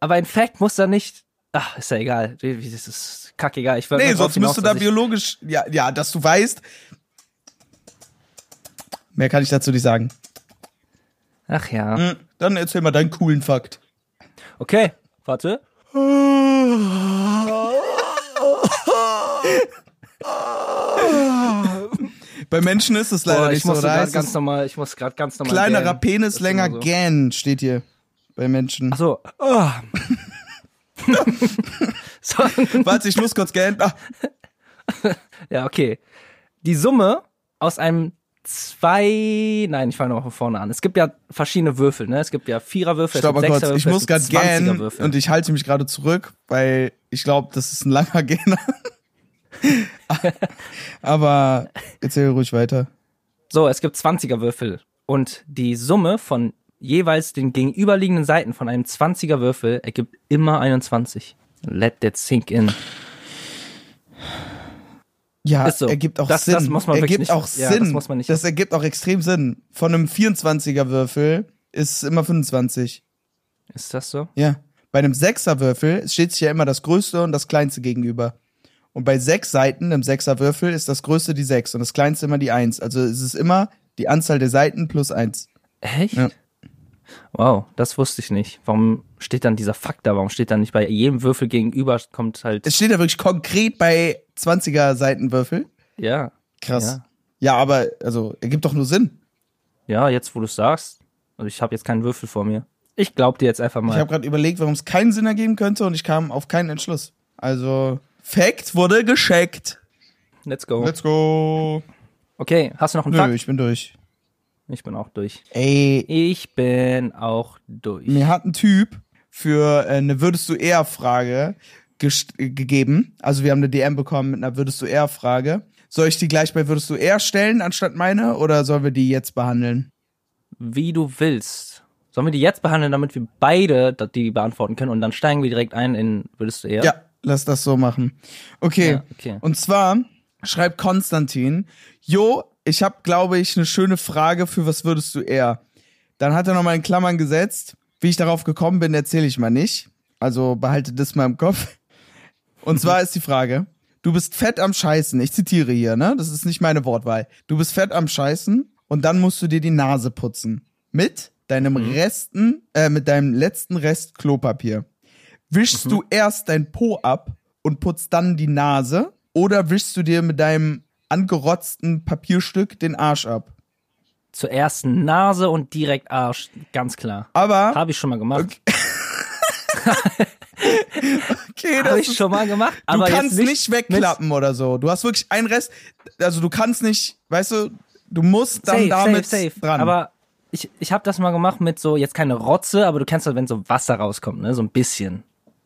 Speaker 1: aber ein Fact muss da nicht, ach, ist ja egal, Wie- wie- das ist kackegal. Ich wollte
Speaker 2: Nee,
Speaker 1: nur drauf
Speaker 2: sonst müsste da
Speaker 1: hinaus, dass ich-
Speaker 2: biologisch, ja, ja, dass du weißt. Mehr kann ich dazu nicht sagen.
Speaker 1: Ach ja,
Speaker 2: Hm, Dann erzähl mal deinen coolen Fakt.
Speaker 1: okay, warte.
Speaker 2: Bei Menschen ist es leider
Speaker 1: Boah,
Speaker 2: nicht
Speaker 1: ich muss
Speaker 2: so. Da
Speaker 1: gerade
Speaker 2: heißt
Speaker 1: ganz
Speaker 2: es,
Speaker 1: normal, ich muss gerade ganz normal.
Speaker 2: kleinerer
Speaker 1: gähnen.
Speaker 2: Penis,
Speaker 1: ist
Speaker 2: länger
Speaker 1: immer so.
Speaker 2: gähn, steht hier. Bei Menschen.
Speaker 1: Ach so. Oh. so.
Speaker 2: Warte, ich muss kurz gähnen. Ah,
Speaker 1: Ja, okay. Die Summe aus einem zwei, nein, ich fange noch von vorne an. Es gibt ja verschiedene Würfel, ne? Es gibt ja Viererwürfel,
Speaker 2: Stopp
Speaker 1: es
Speaker 2: mal
Speaker 1: gibt
Speaker 2: kurz,
Speaker 1: Sechserwürfel,
Speaker 2: oh ich muss
Speaker 1: es
Speaker 2: gerade
Speaker 1: gibt 20er
Speaker 2: gähnen
Speaker 1: Würfel.
Speaker 2: und ich halte mich gerade zurück, weil ich glaube, das ist ein langer Gähner. Aber erzähl ruhig weiter.
Speaker 1: So, es gibt 20er Würfel und die Summe von jeweils den gegenüberliegenden Seiten von einem 20er Würfel ergibt immer 21. Let that sink in.
Speaker 2: Ja,
Speaker 1: Ist so.
Speaker 2: ergibt auch
Speaker 1: Das-
Speaker 2: Sinn.
Speaker 1: das muss man wirklich
Speaker 2: ergibt
Speaker 1: nicht-
Speaker 2: auch
Speaker 1: ja,
Speaker 2: Sinn.
Speaker 1: das muss man nicht-
Speaker 2: Das ergibt auch extrem Sinn. Von einem 24er Würfel ist es immer 25.
Speaker 1: Ist das so?
Speaker 2: Ja. Bei einem 6er Würfel steht sich ja immer das größte und das kleinste gegenüber. Und bei sechs Seiten im 6er Würfel ist das größte die 6 und das kleinste immer die 1. Also es ist immer die Anzahl der Seiten plus 1.
Speaker 1: Echt?
Speaker 2: Ja.
Speaker 1: Wow, das wusste ich nicht. Warum steht dann dieser Fakt da? Warum steht dann nicht bei jedem Würfel gegenüber kommt halt,
Speaker 2: Es steht da wirklich konkret bei 20er Seitenwürfel.
Speaker 1: ja.
Speaker 2: Krass.
Speaker 1: Ja.
Speaker 2: Ja, aber also ergibt doch nur Sinn.
Speaker 1: Ja, jetzt wo du sagst. Also ich habe jetzt keinen Würfel vor mir. Ich glaub dir jetzt einfach
Speaker 2: Ich
Speaker 1: mal.
Speaker 2: habe gerade überlegt, warum es keinen Sinn ergeben könnte und ich kam auf keinen Entschluss. Also Fact wurde gescheckt.
Speaker 1: Let's go.
Speaker 2: Let's go.
Speaker 1: Okay, hast du noch einen
Speaker 2: Nö,
Speaker 1: Fakt?
Speaker 2: ich bin durch.
Speaker 1: Ich bin auch durch.
Speaker 2: Ey,
Speaker 1: Ich bin auch durch.
Speaker 2: mir hat ein Typ für äh, eine Würdest du eher Frage gest- äh, gegeben. Also wir haben eine DM bekommen mit einer Würdest du eher Frage. Soll ich die gleich bei Würdest du eher stellen anstatt meine oder sollen wir die jetzt behandeln?
Speaker 1: Wie du willst. Sollen wir die jetzt behandeln, damit wir beide da- die beantworten können und dann steigen wir direkt ein in würdest du eher?
Speaker 2: Ja, lass das so machen. Okay.
Speaker 1: Ja, okay.
Speaker 2: Und zwar schreibt Konstantin, Jo, ich habe, glaube ich, eine schöne Frage für was würdest du eher? Dann hat er nochmal in Klammern gesetzt. Wie ich darauf gekommen bin, erzähle ich mal nicht. Also behalte das mal im Kopf. Und zwar ist die Frage, du bist fett am Scheißen. Ich zitiere hier, ne? Das ist nicht meine Wortwahl. Du bist fett am Scheißen und dann musst du dir die Nase putzen. Mit deinem
Speaker 1: Mhm.
Speaker 2: Resten, äh, mit deinem letzten Rest Klopapier.
Speaker 1: Mhm.
Speaker 2: Wischst du erst dein Po ab und putzt dann die Nase oder wischst du dir mit deinem angerotzten Papierstück den Arsch ab?
Speaker 1: Zuerst Nase und direkt Arsch, ganz klar.
Speaker 2: Aber
Speaker 1: Habe ich schon mal gemacht.
Speaker 2: okay, das
Speaker 1: Habe ich
Speaker 2: ist,
Speaker 1: schon mal gemacht.
Speaker 2: du
Speaker 1: aber
Speaker 2: kannst
Speaker 1: jetzt
Speaker 2: nicht,
Speaker 1: nicht,
Speaker 2: wegklappen oder so. Du hast wirklich einen Rest, also du kannst nicht, weißt du, du musst dann
Speaker 1: Safe,
Speaker 2: damit
Speaker 1: safe, safe.
Speaker 2: dran.
Speaker 1: Aber ich, ich habe das mal gemacht mit so, jetzt keine Rotze, aber du kennst das, wenn so Wasser rauskommt, ne? So ein bisschen.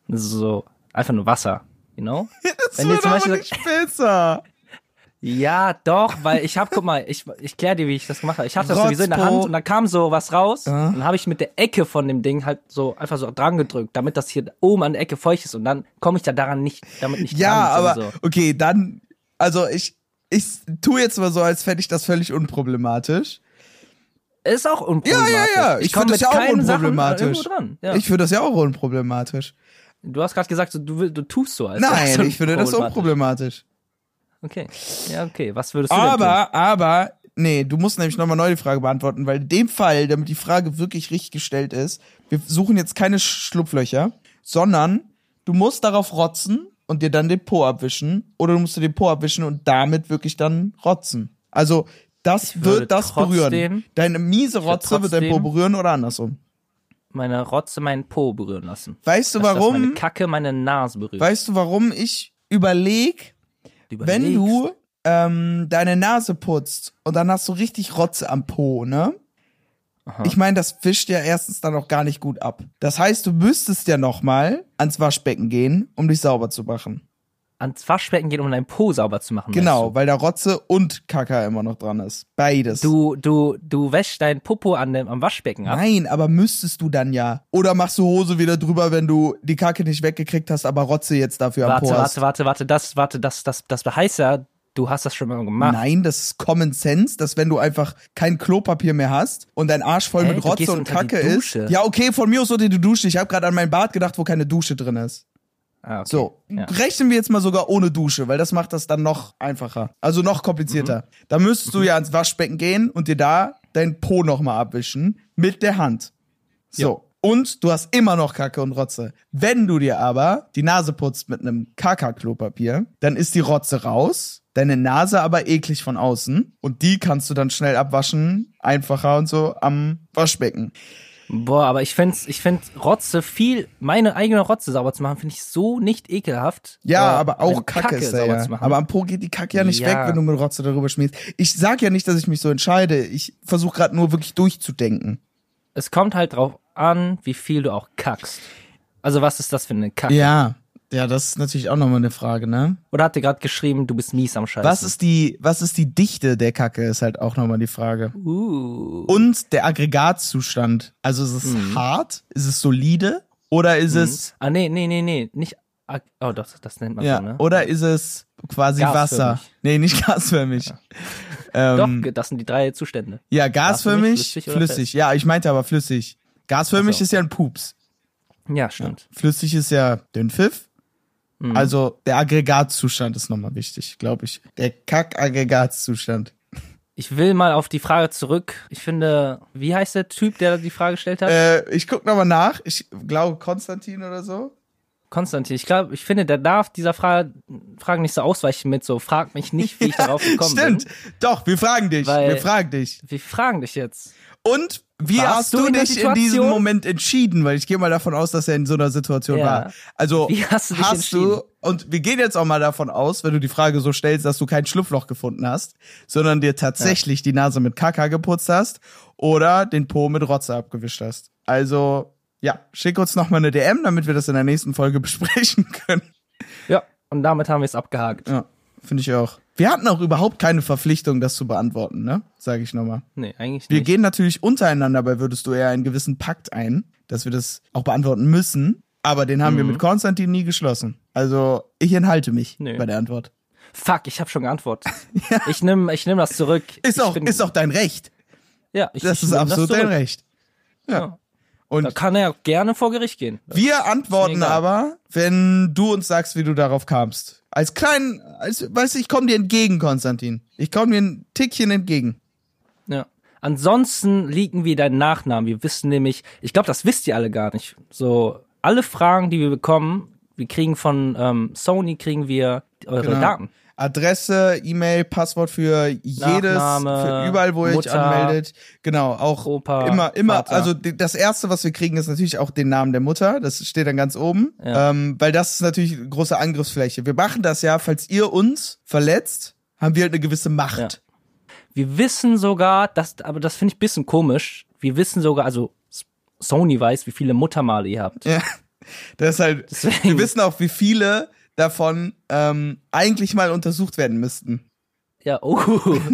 Speaker 1: Das ist so, einfach nur Wasser, you know?
Speaker 2: das
Speaker 1: wenn
Speaker 2: wird
Speaker 1: ihr zum
Speaker 2: aber
Speaker 1: Beispiel
Speaker 2: nicht besser.
Speaker 1: Ja, doch, weil ich hab, guck mal, ich, ich klär dir, wie ich das gemacht habe. Ich hatte das sowieso in der
Speaker 2: Rotzpo.
Speaker 1: Hand und dann kam so was raus. Und dann habe ich mit der Ecke von dem Ding halt so einfach so dran gedrückt, damit das hier oben an der Ecke feucht ist und dann komme ich da daran nicht, damit nicht
Speaker 2: Ja,
Speaker 1: dran
Speaker 2: aber
Speaker 1: sowieso.
Speaker 2: okay, dann, also ich, ich tu jetzt mal so, als fände ich das völlig unproblematisch.
Speaker 1: Ist auch unproblematisch.
Speaker 2: Ja, ja, ja. Ich
Speaker 1: komm
Speaker 2: find
Speaker 1: mit
Speaker 2: das ja auch
Speaker 1: keinen Sachen
Speaker 2: unproblematisch.
Speaker 1: irgendwo dran. Ja.
Speaker 2: Ich finde das ja auch unproblematisch.
Speaker 1: du hast gerade gesagt, so, du, will- du tust so als
Speaker 2: Nein,
Speaker 1: als
Speaker 2: ich finde das unproblematisch.
Speaker 1: Okay. Ja, okay. Was würdest du denn tun?
Speaker 2: Aber, aber, nee, du musst nämlich nochmal neu die Frage beantworten, weil in dem Fall, damit die Frage wirklich richtig gestellt ist, wir suchen jetzt keine Schlupflöcher, sondern du musst darauf rotzen und dir dann den Po abwischen oder du musst dir den Po abwischen und damit wirklich dann rotzen. Also, das
Speaker 1: würde
Speaker 2: wird das
Speaker 1: trotzdem-
Speaker 2: berühren. Deine miese Rotze wird dein Po
Speaker 1: trotzdem-
Speaker 2: berühren oder andersrum.
Speaker 1: Meine Rotze meinen Po berühren lassen.
Speaker 2: Weißt du
Speaker 1: Dass das
Speaker 2: warum?
Speaker 1: meine Kacke meine Nase berührt.
Speaker 2: Weißt du warum ich überleg, wenn
Speaker 1: Überlegst.
Speaker 2: du ähm, deine Nase putzt und dann hast du richtig Rotze am Po, ne? Ich meine, das fischt ja erstens dann auch gar nicht gut ab. Das heißt, du müsstest ja nochmal ans Waschbecken gehen, um dich sauber zu machen.
Speaker 1: ans Waschbecken gehen, um deinen Po sauber zu machen.
Speaker 2: genau,
Speaker 1: meinst
Speaker 2: weil da Rotze und Kacker immer noch dran ist. Beides.
Speaker 1: Du, du, du, du wäschst deinen Popo an dem, am Waschbecken ab.
Speaker 2: Nein, aber müsstest du dann ja. Oder machst du Hose wieder drüber, wenn du die Kacke nicht weggekriegt hast, aber Rotze jetzt dafür am
Speaker 1: warte,
Speaker 2: Po hast.
Speaker 1: warte, warte, warte, das, warte, das, das, das heißt ja, du hast das schon mal gemacht.
Speaker 2: Nein, das ist Common Sense, dass wenn du einfach kein Klopapier mehr hast und dein Arsch voll
Speaker 1: Hä?
Speaker 2: mit
Speaker 1: Du gehst
Speaker 2: Rotze und
Speaker 1: unter die
Speaker 2: Kacke ist.
Speaker 1: Dusche.
Speaker 2: Ja, okay, von mir aus unter die Dusche. Ich habe gerade an mein Bad gedacht, wo keine Dusche drin ist.
Speaker 1: Ah, okay.
Speaker 2: So,
Speaker 1: Ja.
Speaker 2: rechnen wir jetzt mal sogar ohne Dusche, weil das macht das dann noch einfacher. Also noch komplizierter.
Speaker 1: Mhm.
Speaker 2: Da müsstest du ja ans Waschbecken gehen und dir da dein Po nochmal abwischen mit der Hand. So. Und du hast immer noch Kacke und Rotze. Wenn du dir aber die Nase putzt mit einem Kaka-Klopapier, dann ist die Rotze raus, deine Nase aber eklig von außen und die kannst du dann schnell abwaschen, einfacher und so am Waschbecken.
Speaker 1: Boah, aber ich find's, ich find Rotze viel, meine eigene Rotze sauber zu machen, finde ich so nicht ekelhaft.
Speaker 2: Ja,
Speaker 1: Aber
Speaker 2: aber auch
Speaker 1: meine
Speaker 2: Äh, Kacke, ist da
Speaker 1: sauber
Speaker 2: ja.
Speaker 1: zu machen.
Speaker 2: Aber am Po geht die Kacke ja nicht
Speaker 1: Ja.
Speaker 2: weg, wenn du mit Rotze darüber schmierst. Ich sag ja nicht, dass ich mich so entscheide. Ich versuche gerade nur wirklich durchzudenken.
Speaker 1: es kommt halt drauf an, wie viel du auch kackst. Also was ist das für eine Kacke?
Speaker 2: Ja, ja, das ist natürlich auch nochmal eine Frage, ne?
Speaker 1: Oder hat dir gerade geschrieben, du bist mies am Scheißen?
Speaker 2: Was ist die, was ist die Dichte der Kacke, ist halt auch nochmal die Frage.
Speaker 1: Uh.
Speaker 2: Und der Aggregatzustand. Also ist es hart? Ist es solide? Oder ist es,
Speaker 1: Ah, nee, nee, nee, nee, nicht. ag- Oh, doch, das nennt man
Speaker 2: ja,
Speaker 1: so, ne?
Speaker 2: oder ist es quasi
Speaker 1: Gasförmig.
Speaker 2: Wasser? Nee, nicht gasförmig.
Speaker 1: Doch,
Speaker 2: Ähm,
Speaker 1: das sind die drei Zustände.
Speaker 2: ja, gasförmig,
Speaker 1: flüssig
Speaker 2: flüssig.
Speaker 1: oder fest?
Speaker 2: Ja, ich meinte aber flüssig. Gasförmig
Speaker 1: Ach so.
Speaker 2: ist ja ein Pups.
Speaker 1: Ja, stimmt.
Speaker 2: Flüssig ist ja Dünnpfiff.
Speaker 1: Hm.
Speaker 2: Also der Aggregatzustand ist nochmal wichtig, glaube ich. Der Kack-Aggregatzustand.
Speaker 1: Ich will mal auf die Frage zurück. Ich finde, wie heißt der Typ, der die Frage gestellt hat?
Speaker 2: Äh, ich guck nochmal nach. Ich glaube Konstantin oder so.
Speaker 1: Konstantin. Ich glaube, ich finde, der darf dieser Frage, Frage nicht so ausweichen mit so, frag mich nicht, wie ich darauf gekommen
Speaker 2: Stimmt.
Speaker 1: bin.
Speaker 2: Doch, wir fragen dich.
Speaker 1: Weil-
Speaker 2: wir fragen dich.
Speaker 1: Wir fragen dich jetzt.
Speaker 2: Und wie
Speaker 1: Warst
Speaker 2: hast
Speaker 1: du
Speaker 2: du
Speaker 1: in der
Speaker 2: dich in diesem
Speaker 1: Situation?
Speaker 2: Moment entschieden? Weil ich gehe mal davon aus, dass er in so einer Situation
Speaker 1: Ja.
Speaker 2: war. Also
Speaker 1: Wie hast du dich entschieden?
Speaker 2: du und wir gehen jetzt auch mal davon aus, wenn du die Frage so stellst, dass du kein Schlupfloch gefunden hast, sondern dir tatsächlich die Nase mit Kaka geputzt hast oder den Po mit Rotze abgewischt hast. Also ja, schick uns noch mal eine DM, damit wir das in der nächsten Folge besprechen können.
Speaker 1: Ja, und damit haben wir es abgehakt.
Speaker 2: Ja, finde ich auch. Wir hatten auch überhaupt keine Verpflichtung, das zu beantworten, ne? Sage ich nochmal.
Speaker 1: Nee, eigentlich
Speaker 2: Wir
Speaker 1: nicht.
Speaker 2: gehen natürlich untereinander bei Würdest du eher einen gewissen Pakt ein, dass wir das auch beantworten müssen. Aber den haben wir
Speaker 1: Mhm.
Speaker 2: mit Konstantin nie geschlossen. Also ich enthalte mich
Speaker 1: Nee.
Speaker 2: bei der Antwort.
Speaker 1: Fuck, ich habe schon geantwortet. Ich nehme ich nehm das zurück.
Speaker 2: Ist
Speaker 1: ich
Speaker 2: auch,
Speaker 1: bin-
Speaker 2: ist auch dein Recht.
Speaker 1: ja, ich,
Speaker 2: Das
Speaker 1: ich
Speaker 2: ist
Speaker 1: nehm
Speaker 2: absolut
Speaker 1: zurück.
Speaker 2: dein Recht. Ja.
Speaker 1: Ja. Da
Speaker 2: Und
Speaker 1: kann er gerne vor Gericht gehen.
Speaker 2: wir antworten
Speaker 1: egal.
Speaker 2: aber, wenn du uns sagst, wie du darauf kamst. Als kleinen, als, weißt du, ich komme dir entgegen, Konstantin. Ich komme dir ein Tickchen entgegen.
Speaker 1: Ja. Ansonsten liegen wir deinen Nachnamen. Wir wissen nämlich, ich glaube, das wisst ihr alle gar nicht. So, alle Fragen, die wir bekommen, wir kriegen von ähm, Sony, kriegen wir eure
Speaker 2: Genau.
Speaker 1: Daten.
Speaker 2: Adresse, E-Mail, Passwort für jedes,
Speaker 1: Nachname,
Speaker 2: für überall, wo ihr euch
Speaker 1: Mutter,
Speaker 2: anmeldet. Genau, auch
Speaker 1: Opa,
Speaker 2: immer, immer,
Speaker 1: Vater.
Speaker 2: also die- das erste, was wir kriegen, ist natürlich auch den Namen der Mutter. Das steht dann ganz oben, ähm, weil das ist natürlich eine große Angriffsfläche. Wir machen das ja, falls ihr uns verletzt, haben wir halt eine gewisse Macht.
Speaker 1: Ja. Wir wissen sogar, dass, aber das finde ich ein bisschen komisch. Wir wissen sogar, also S- Sony weiß, wie viele Muttermale ihr habt.
Speaker 2: Ja. Das ist halt,
Speaker 1: Deswegen.
Speaker 2: wir wissen auch, wie viele davon ähm, eigentlich mal untersucht werden müssten.
Speaker 1: Ja, oh.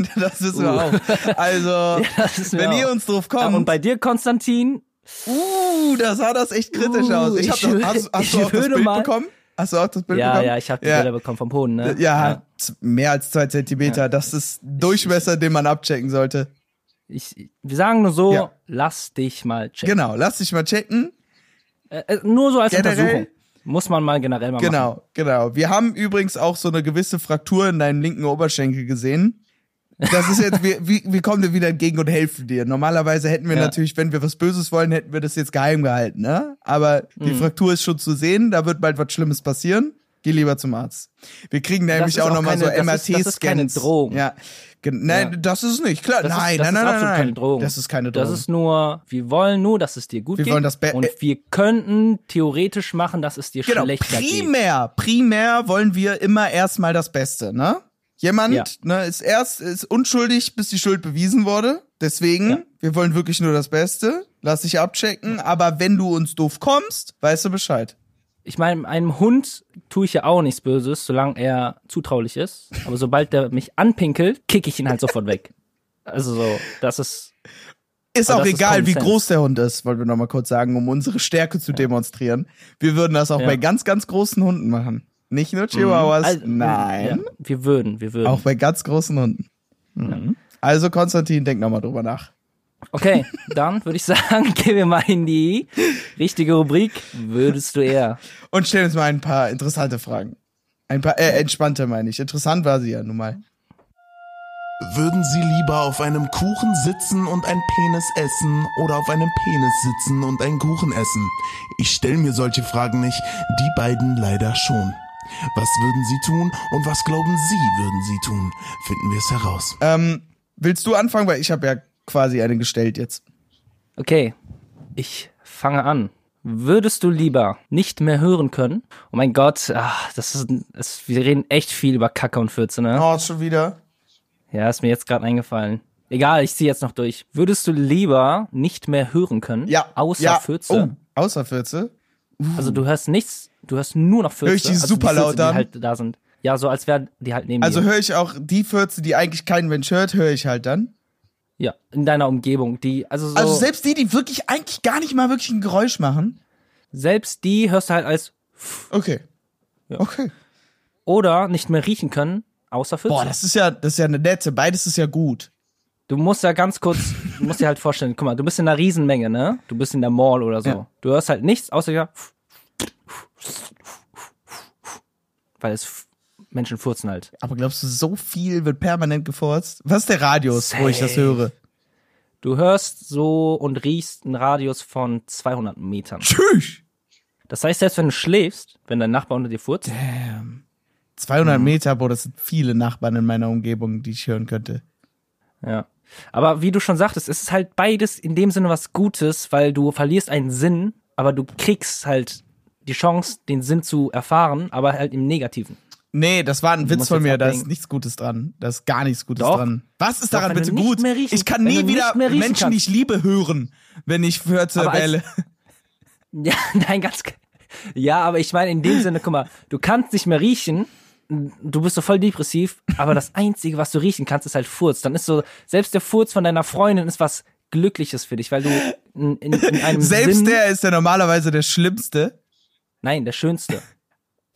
Speaker 2: Das wissen wir auch. Also,
Speaker 1: das wissen wir
Speaker 2: wenn ihr
Speaker 1: auch.
Speaker 2: uns drauf
Speaker 1: Ja,
Speaker 2: kommt,
Speaker 1: Und bei dir, Konstantin,
Speaker 2: Uh, da sah das echt kritisch
Speaker 1: Uh,
Speaker 2: aus. Ich
Speaker 1: ich
Speaker 2: hab doch,
Speaker 1: schwö-
Speaker 2: hast, hast du
Speaker 1: ich
Speaker 2: auch das
Speaker 1: würde
Speaker 2: Bild
Speaker 1: mal-
Speaker 2: bekommen? Hast du auch das Bild
Speaker 1: Ja,
Speaker 2: bekommen?
Speaker 1: ja, ich habe die Bilder bekommen vom Hoden, ne?
Speaker 2: Ja, z- mehr als zwei Zentimeter. Das ist Durchmesser, den man abchecken sollte.
Speaker 1: Ich, wir sagen nur so,
Speaker 2: Ja.
Speaker 1: lass dich mal checken.
Speaker 2: Genau, lass dich mal checken.
Speaker 1: Äh, äh, nur so als
Speaker 2: Generell-
Speaker 1: Untersuchung. Muss man mal generell mal machen.
Speaker 2: Genau, genau. Wir haben übrigens auch so eine gewisse Fraktur in deinem linken Oberschenkel gesehen. Das ist jetzt, wir, wir, wir kommen dir wieder entgegen und helfen dir. Normalerweise hätten wir
Speaker 1: Ja.
Speaker 2: natürlich, wenn wir was Böses wollen, hätten wir das jetzt geheim gehalten, ne? Aber die
Speaker 1: Mhm.
Speaker 2: Fraktur ist schon zu sehen, da wird bald was Schlimmes passieren. Geh lieber zum Arzt. Wir kriegen nämlich
Speaker 1: ist
Speaker 2: auch
Speaker 1: auch
Speaker 2: nochmal so
Speaker 1: keine- das ist- das
Speaker 2: MRT-Scans.
Speaker 1: ist keine Drohung.
Speaker 2: Ja. Gen- Nein,
Speaker 1: Ja.
Speaker 2: das ist nicht, klar.
Speaker 1: Das ist-
Speaker 2: nein,
Speaker 1: das ist
Speaker 2: nein, nein, nein,
Speaker 1: absolut
Speaker 2: nein.
Speaker 1: keine Drohung.
Speaker 2: Das ist keine Drohung.
Speaker 1: Das ist nur, wir wollen nur, dass es dir gut
Speaker 2: Wir
Speaker 1: geht.
Speaker 2: wollen das Be-
Speaker 1: und
Speaker 2: äh,
Speaker 1: wir könnten theoretisch machen, dass es dir
Speaker 2: Genau,
Speaker 1: schlechter geht.
Speaker 2: primär, primär wollen wir immer erstmal das Beste, ne? Jemand
Speaker 1: Ja.
Speaker 2: ne, ist erst ist unschuldig, bis die Schuld bewiesen wurde. Deswegen,
Speaker 1: Ja.
Speaker 2: wir wollen wirklich nur das Beste. Lass dich abchecken, aber wenn du uns doof kommst, weißt du Bescheid.
Speaker 1: Ich meine, einem Hund tue ich ja auch nichts Böses, solange er zutraulich ist. Aber sobald der mich anpinkelt, kicke ich ihn halt sofort weg. Also so, das ist
Speaker 2: Ist
Speaker 1: Aber
Speaker 2: auch
Speaker 1: das ist
Speaker 2: egal,
Speaker 1: Common
Speaker 2: wie
Speaker 1: Sense.
Speaker 2: groß der Hund ist, wollen wir nochmal kurz sagen, um unsere Stärke zu demonstrieren. Wir würden das auch
Speaker 1: Ja.
Speaker 2: bei ganz, ganz großen Hunden machen. Nicht nur Chihuahuas,
Speaker 1: Also,
Speaker 2: nein.
Speaker 1: Ja, wir würden, wir würden.
Speaker 2: Auch bei ganz großen Hunden. Mhm. Also Konstantin, denk nochmal drüber nach.
Speaker 1: Okay, dann würde ich sagen, gehen wir mal in die richtige Rubrik. Würdest du eher?
Speaker 2: Und stellen uns mal ein paar interessante Fragen. Ein paar, äh, entspannte meine ich. Interessant war sie ja nun mal.
Speaker 4: Würden Sie lieber auf einem Kuchen sitzen und einen Penis essen oder auf einem Penis sitzen und einen Kuchen essen? Ich stelle mir solche Fragen nicht, die beiden leider schon. Was würden Sie tun und was glauben Sie würden Sie tun? Finden wir es heraus.
Speaker 2: Ähm, willst du anfangen? Weil ich habe ja quasi eine gestellt jetzt.
Speaker 1: Okay, ich fange an. Würdest du lieber nicht mehr hören können? Oh mein Gott, ah, das ist, es- wir reden echt viel über Kacke und Fürze, ne?
Speaker 2: Oh, schon wieder.
Speaker 1: Ja, ist mir jetzt gerade eingefallen. Egal, ich ziehe jetzt noch durch. Würdest du lieber nicht mehr hören können?
Speaker 2: Ja.
Speaker 1: Außer
Speaker 2: ja.
Speaker 1: Fürze.
Speaker 2: Oh, außer Fürze?
Speaker 1: Also du hörst nichts, du hörst nur noch Fürze.
Speaker 2: Hör ich die
Speaker 1: also
Speaker 2: super
Speaker 1: Fürze,
Speaker 2: laut
Speaker 1: die
Speaker 2: an?
Speaker 1: halt da sind. Ja, so als wären die halt neben
Speaker 2: Also
Speaker 1: dir.
Speaker 2: höre ich auch die Fürze, die eigentlich kein Mensch hört, höre ich halt dann.
Speaker 1: Ja, in deiner Umgebung. Die, also so.
Speaker 2: Also selbst die, die wirklich eigentlich gar nicht mal wirklich ein Geräusch machen.
Speaker 1: Selbst die hörst du halt als
Speaker 2: Okay. Okay.
Speaker 1: oder nicht mehr riechen können, außer Pfütze.
Speaker 2: Boah, das ist ja, das ist ja eine nette. Beides ist ja gut.
Speaker 1: du musst ja ganz kurz, du musst dir halt vorstellen, guck mal, du bist in einer Riesenmenge, ne? Du bist in der Mall oder so.
Speaker 2: Ja.
Speaker 1: Du hörst halt nichts, außer ja, weil es Menschen furzen halt.
Speaker 2: Aber glaubst du, so viel wird permanent geforst? Was ist der Radius, wo ich das
Speaker 1: Safe.
Speaker 2: höre?
Speaker 1: Du hörst so und riechst einen Radius von 200 Metern.
Speaker 2: Tschüss!
Speaker 1: Das heißt, selbst wenn du schläfst, wenn dein Nachbar unter dir furzt, Mhm.
Speaker 2: 200 Meter, boah, das sind viele Nachbarn in meiner Umgebung, die ich hören könnte.
Speaker 1: ja, Aber wie du schon sagtest, es ist halt beides in dem Sinne was Gutes, weil du verlierst einen Sinn, aber du kriegst halt die Chance, den Sinn zu erfahren, aber halt im Negativen.
Speaker 2: Nee, das war ein Witz
Speaker 1: musst
Speaker 2: von
Speaker 1: jetzt
Speaker 2: mir, da ist
Speaker 1: abwinken.
Speaker 2: nichts Gutes dran. Da ist gar nichts Gutes
Speaker 1: Doch.
Speaker 2: dran. Was ist
Speaker 1: Doch,
Speaker 2: daran
Speaker 1: wenn
Speaker 2: bitte
Speaker 1: du nicht
Speaker 2: gut?
Speaker 1: mehr riechen-
Speaker 2: ich kann
Speaker 1: wenn du
Speaker 2: nie
Speaker 1: nicht
Speaker 2: wieder
Speaker 1: mehr riechen
Speaker 2: Menschen, die
Speaker 1: kannst.
Speaker 2: ich liebe, hören, wenn ich Flirte
Speaker 1: Aber als-
Speaker 2: wähle.
Speaker 1: Ja, nein, ganz. k- Ja, aber ich meine, in dem Sinne, guck mal, du kannst nicht mehr riechen, du bist so voll depressiv, aber das Einzige, was du riechen kannst, ist halt Furz. Dann ist so, selbst der Furz von deiner Freundin ist was Glückliches für dich, weil du in, in, in einem
Speaker 2: Selbst
Speaker 1: Sinn,
Speaker 2: der ist ja normalerweise der Schlimmste.
Speaker 1: Nein, der Schönste.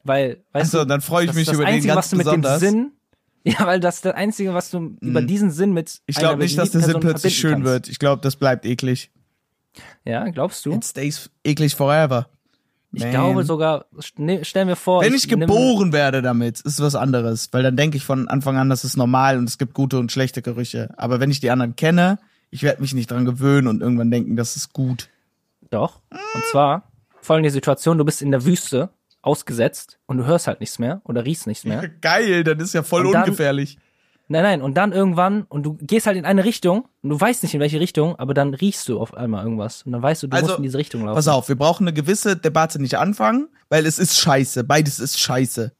Speaker 1: Weil, weißt
Speaker 2: Achso,
Speaker 1: du,
Speaker 2: dann freue ich
Speaker 1: Also, das
Speaker 2: mich
Speaker 1: ist das
Speaker 2: über
Speaker 1: Einzige,
Speaker 2: den
Speaker 1: was
Speaker 2: ganz
Speaker 1: du mit
Speaker 2: besonders. Hm.
Speaker 1: dem Sinn. Ja, weil das ist das Einzige, was du über diesen Sinn mit.
Speaker 2: ich glaube
Speaker 1: einer
Speaker 2: nicht, dass der Sinn
Speaker 1: beliebten Person
Speaker 2: plötzlich schön
Speaker 1: verbinden
Speaker 2: wird. Ich glaube, das bleibt eklig.
Speaker 1: kannst. Ja, glaubst du?
Speaker 2: It stays eklig forever.
Speaker 1: Ich
Speaker 2: Man.
Speaker 1: glaube sogar, ne, stellen wir vor.
Speaker 2: Wenn ich
Speaker 1: nimm-
Speaker 2: geboren werde damit, ist was anderes, weil dann denke ich von Anfang an, das ist normal und es gibt gute und schlechte Gerüche. Aber wenn ich die anderen kenne, ich werde mich nicht dran gewöhnen und irgendwann denken, das ist gut.
Speaker 1: Doch. Und zwar folgende Situation: Du bist in der Wüste ausgesetzt und du hörst halt nichts mehr oder riechst nichts mehr.
Speaker 2: Geil, dann ist ja voll
Speaker 1: Und dann-
Speaker 2: ungefährlich.
Speaker 1: Nein, nein. Und dann irgendwann und du gehst halt in eine Richtung und du weißt nicht in welche Richtung, aber dann riechst du auf einmal irgendwas und dann weißt du, du
Speaker 2: Also,
Speaker 1: musst in diese Richtung laufen.
Speaker 2: Pass auf, wir brauchen eine gewisse Debatte nicht anfangen, weil es ist scheiße. Beides ist scheiße.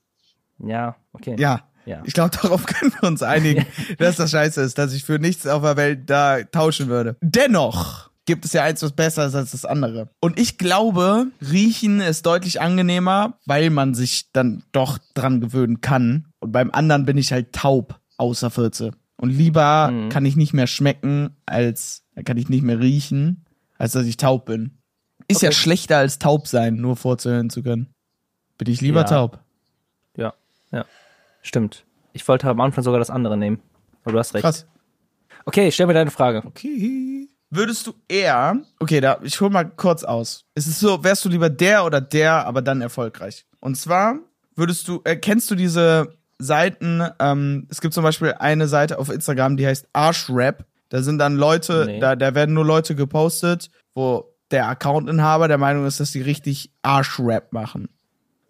Speaker 1: Ja, okay.
Speaker 2: Ja.
Speaker 1: Ja.
Speaker 2: Ich glaube, darauf können wir uns einigen, dass das scheiße ist, dass ich für nichts auf der Welt da tauschen würde. Dennoch gibt es ja eins, was besser ist als das andere. Und ich glaube, riechen ist deutlich angenehmer, weil man sich dann doch dran gewöhnen kann. Und beim anderen bin ich halt taub, außer Fürze. Und lieber
Speaker 1: Mhm.
Speaker 2: kann ich nicht mehr schmecken, als kann ich nicht mehr riechen, als dass ich taub bin. Ist ja schlechter als taub sein, nur vorzuhören zu können. Bin ich lieber
Speaker 1: Ja.
Speaker 2: taub.
Speaker 1: Ja, ja. Stimmt. Ich wollte am Anfang sogar das andere nehmen. Aber du hast recht.
Speaker 2: Krass.
Speaker 1: Okay, stell mir deine Frage.
Speaker 2: Okay. Würdest du eher, okay, da ich hol mal kurz aus. Es ist so, wärst du lieber der oder der, aber dann erfolgreich. Und zwar würdest du, äh, kennst du diese Seiten? Ähm, es gibt zum Beispiel eine Seite auf Instagram, die heißt Arschrap. Da sind dann Leute,
Speaker 1: Nee.
Speaker 2: da, da werden nur Leute gepostet, wo der Accountinhaber der Meinung ist, dass die richtig Arschrap machen.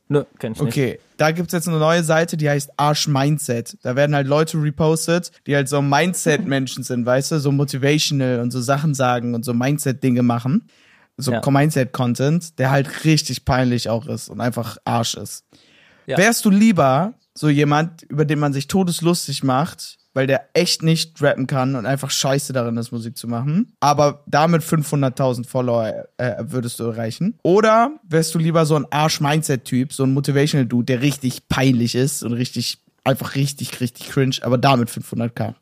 Speaker 1: Nö, kenn ich nicht.
Speaker 2: Okay, da gibt's jetzt eine neue Seite, die heißt Arsch Mindset. Da werden halt Leute repostet, die halt so Mindset-Menschen sind, weißt du, so motivational und so Sachen sagen und so Mindset-Dinge machen. So
Speaker 1: Ja.
Speaker 2: Mindset-Content, der halt richtig peinlich auch ist und einfach Arsch ist.
Speaker 1: Ja.
Speaker 2: Wärst du lieber so jemand, über den man sich todeslustig macht, weil der echt nicht rappen kann und einfach scheiße darin ist, Musik zu machen, aber damit 500.000 Follower äh, würdest du erreichen? Oder wärst du lieber so ein Arsch-Mindset-Typ, so ein Motivational-Dude, der richtig peinlich ist und richtig, einfach richtig, richtig cringe, aber damit 500k?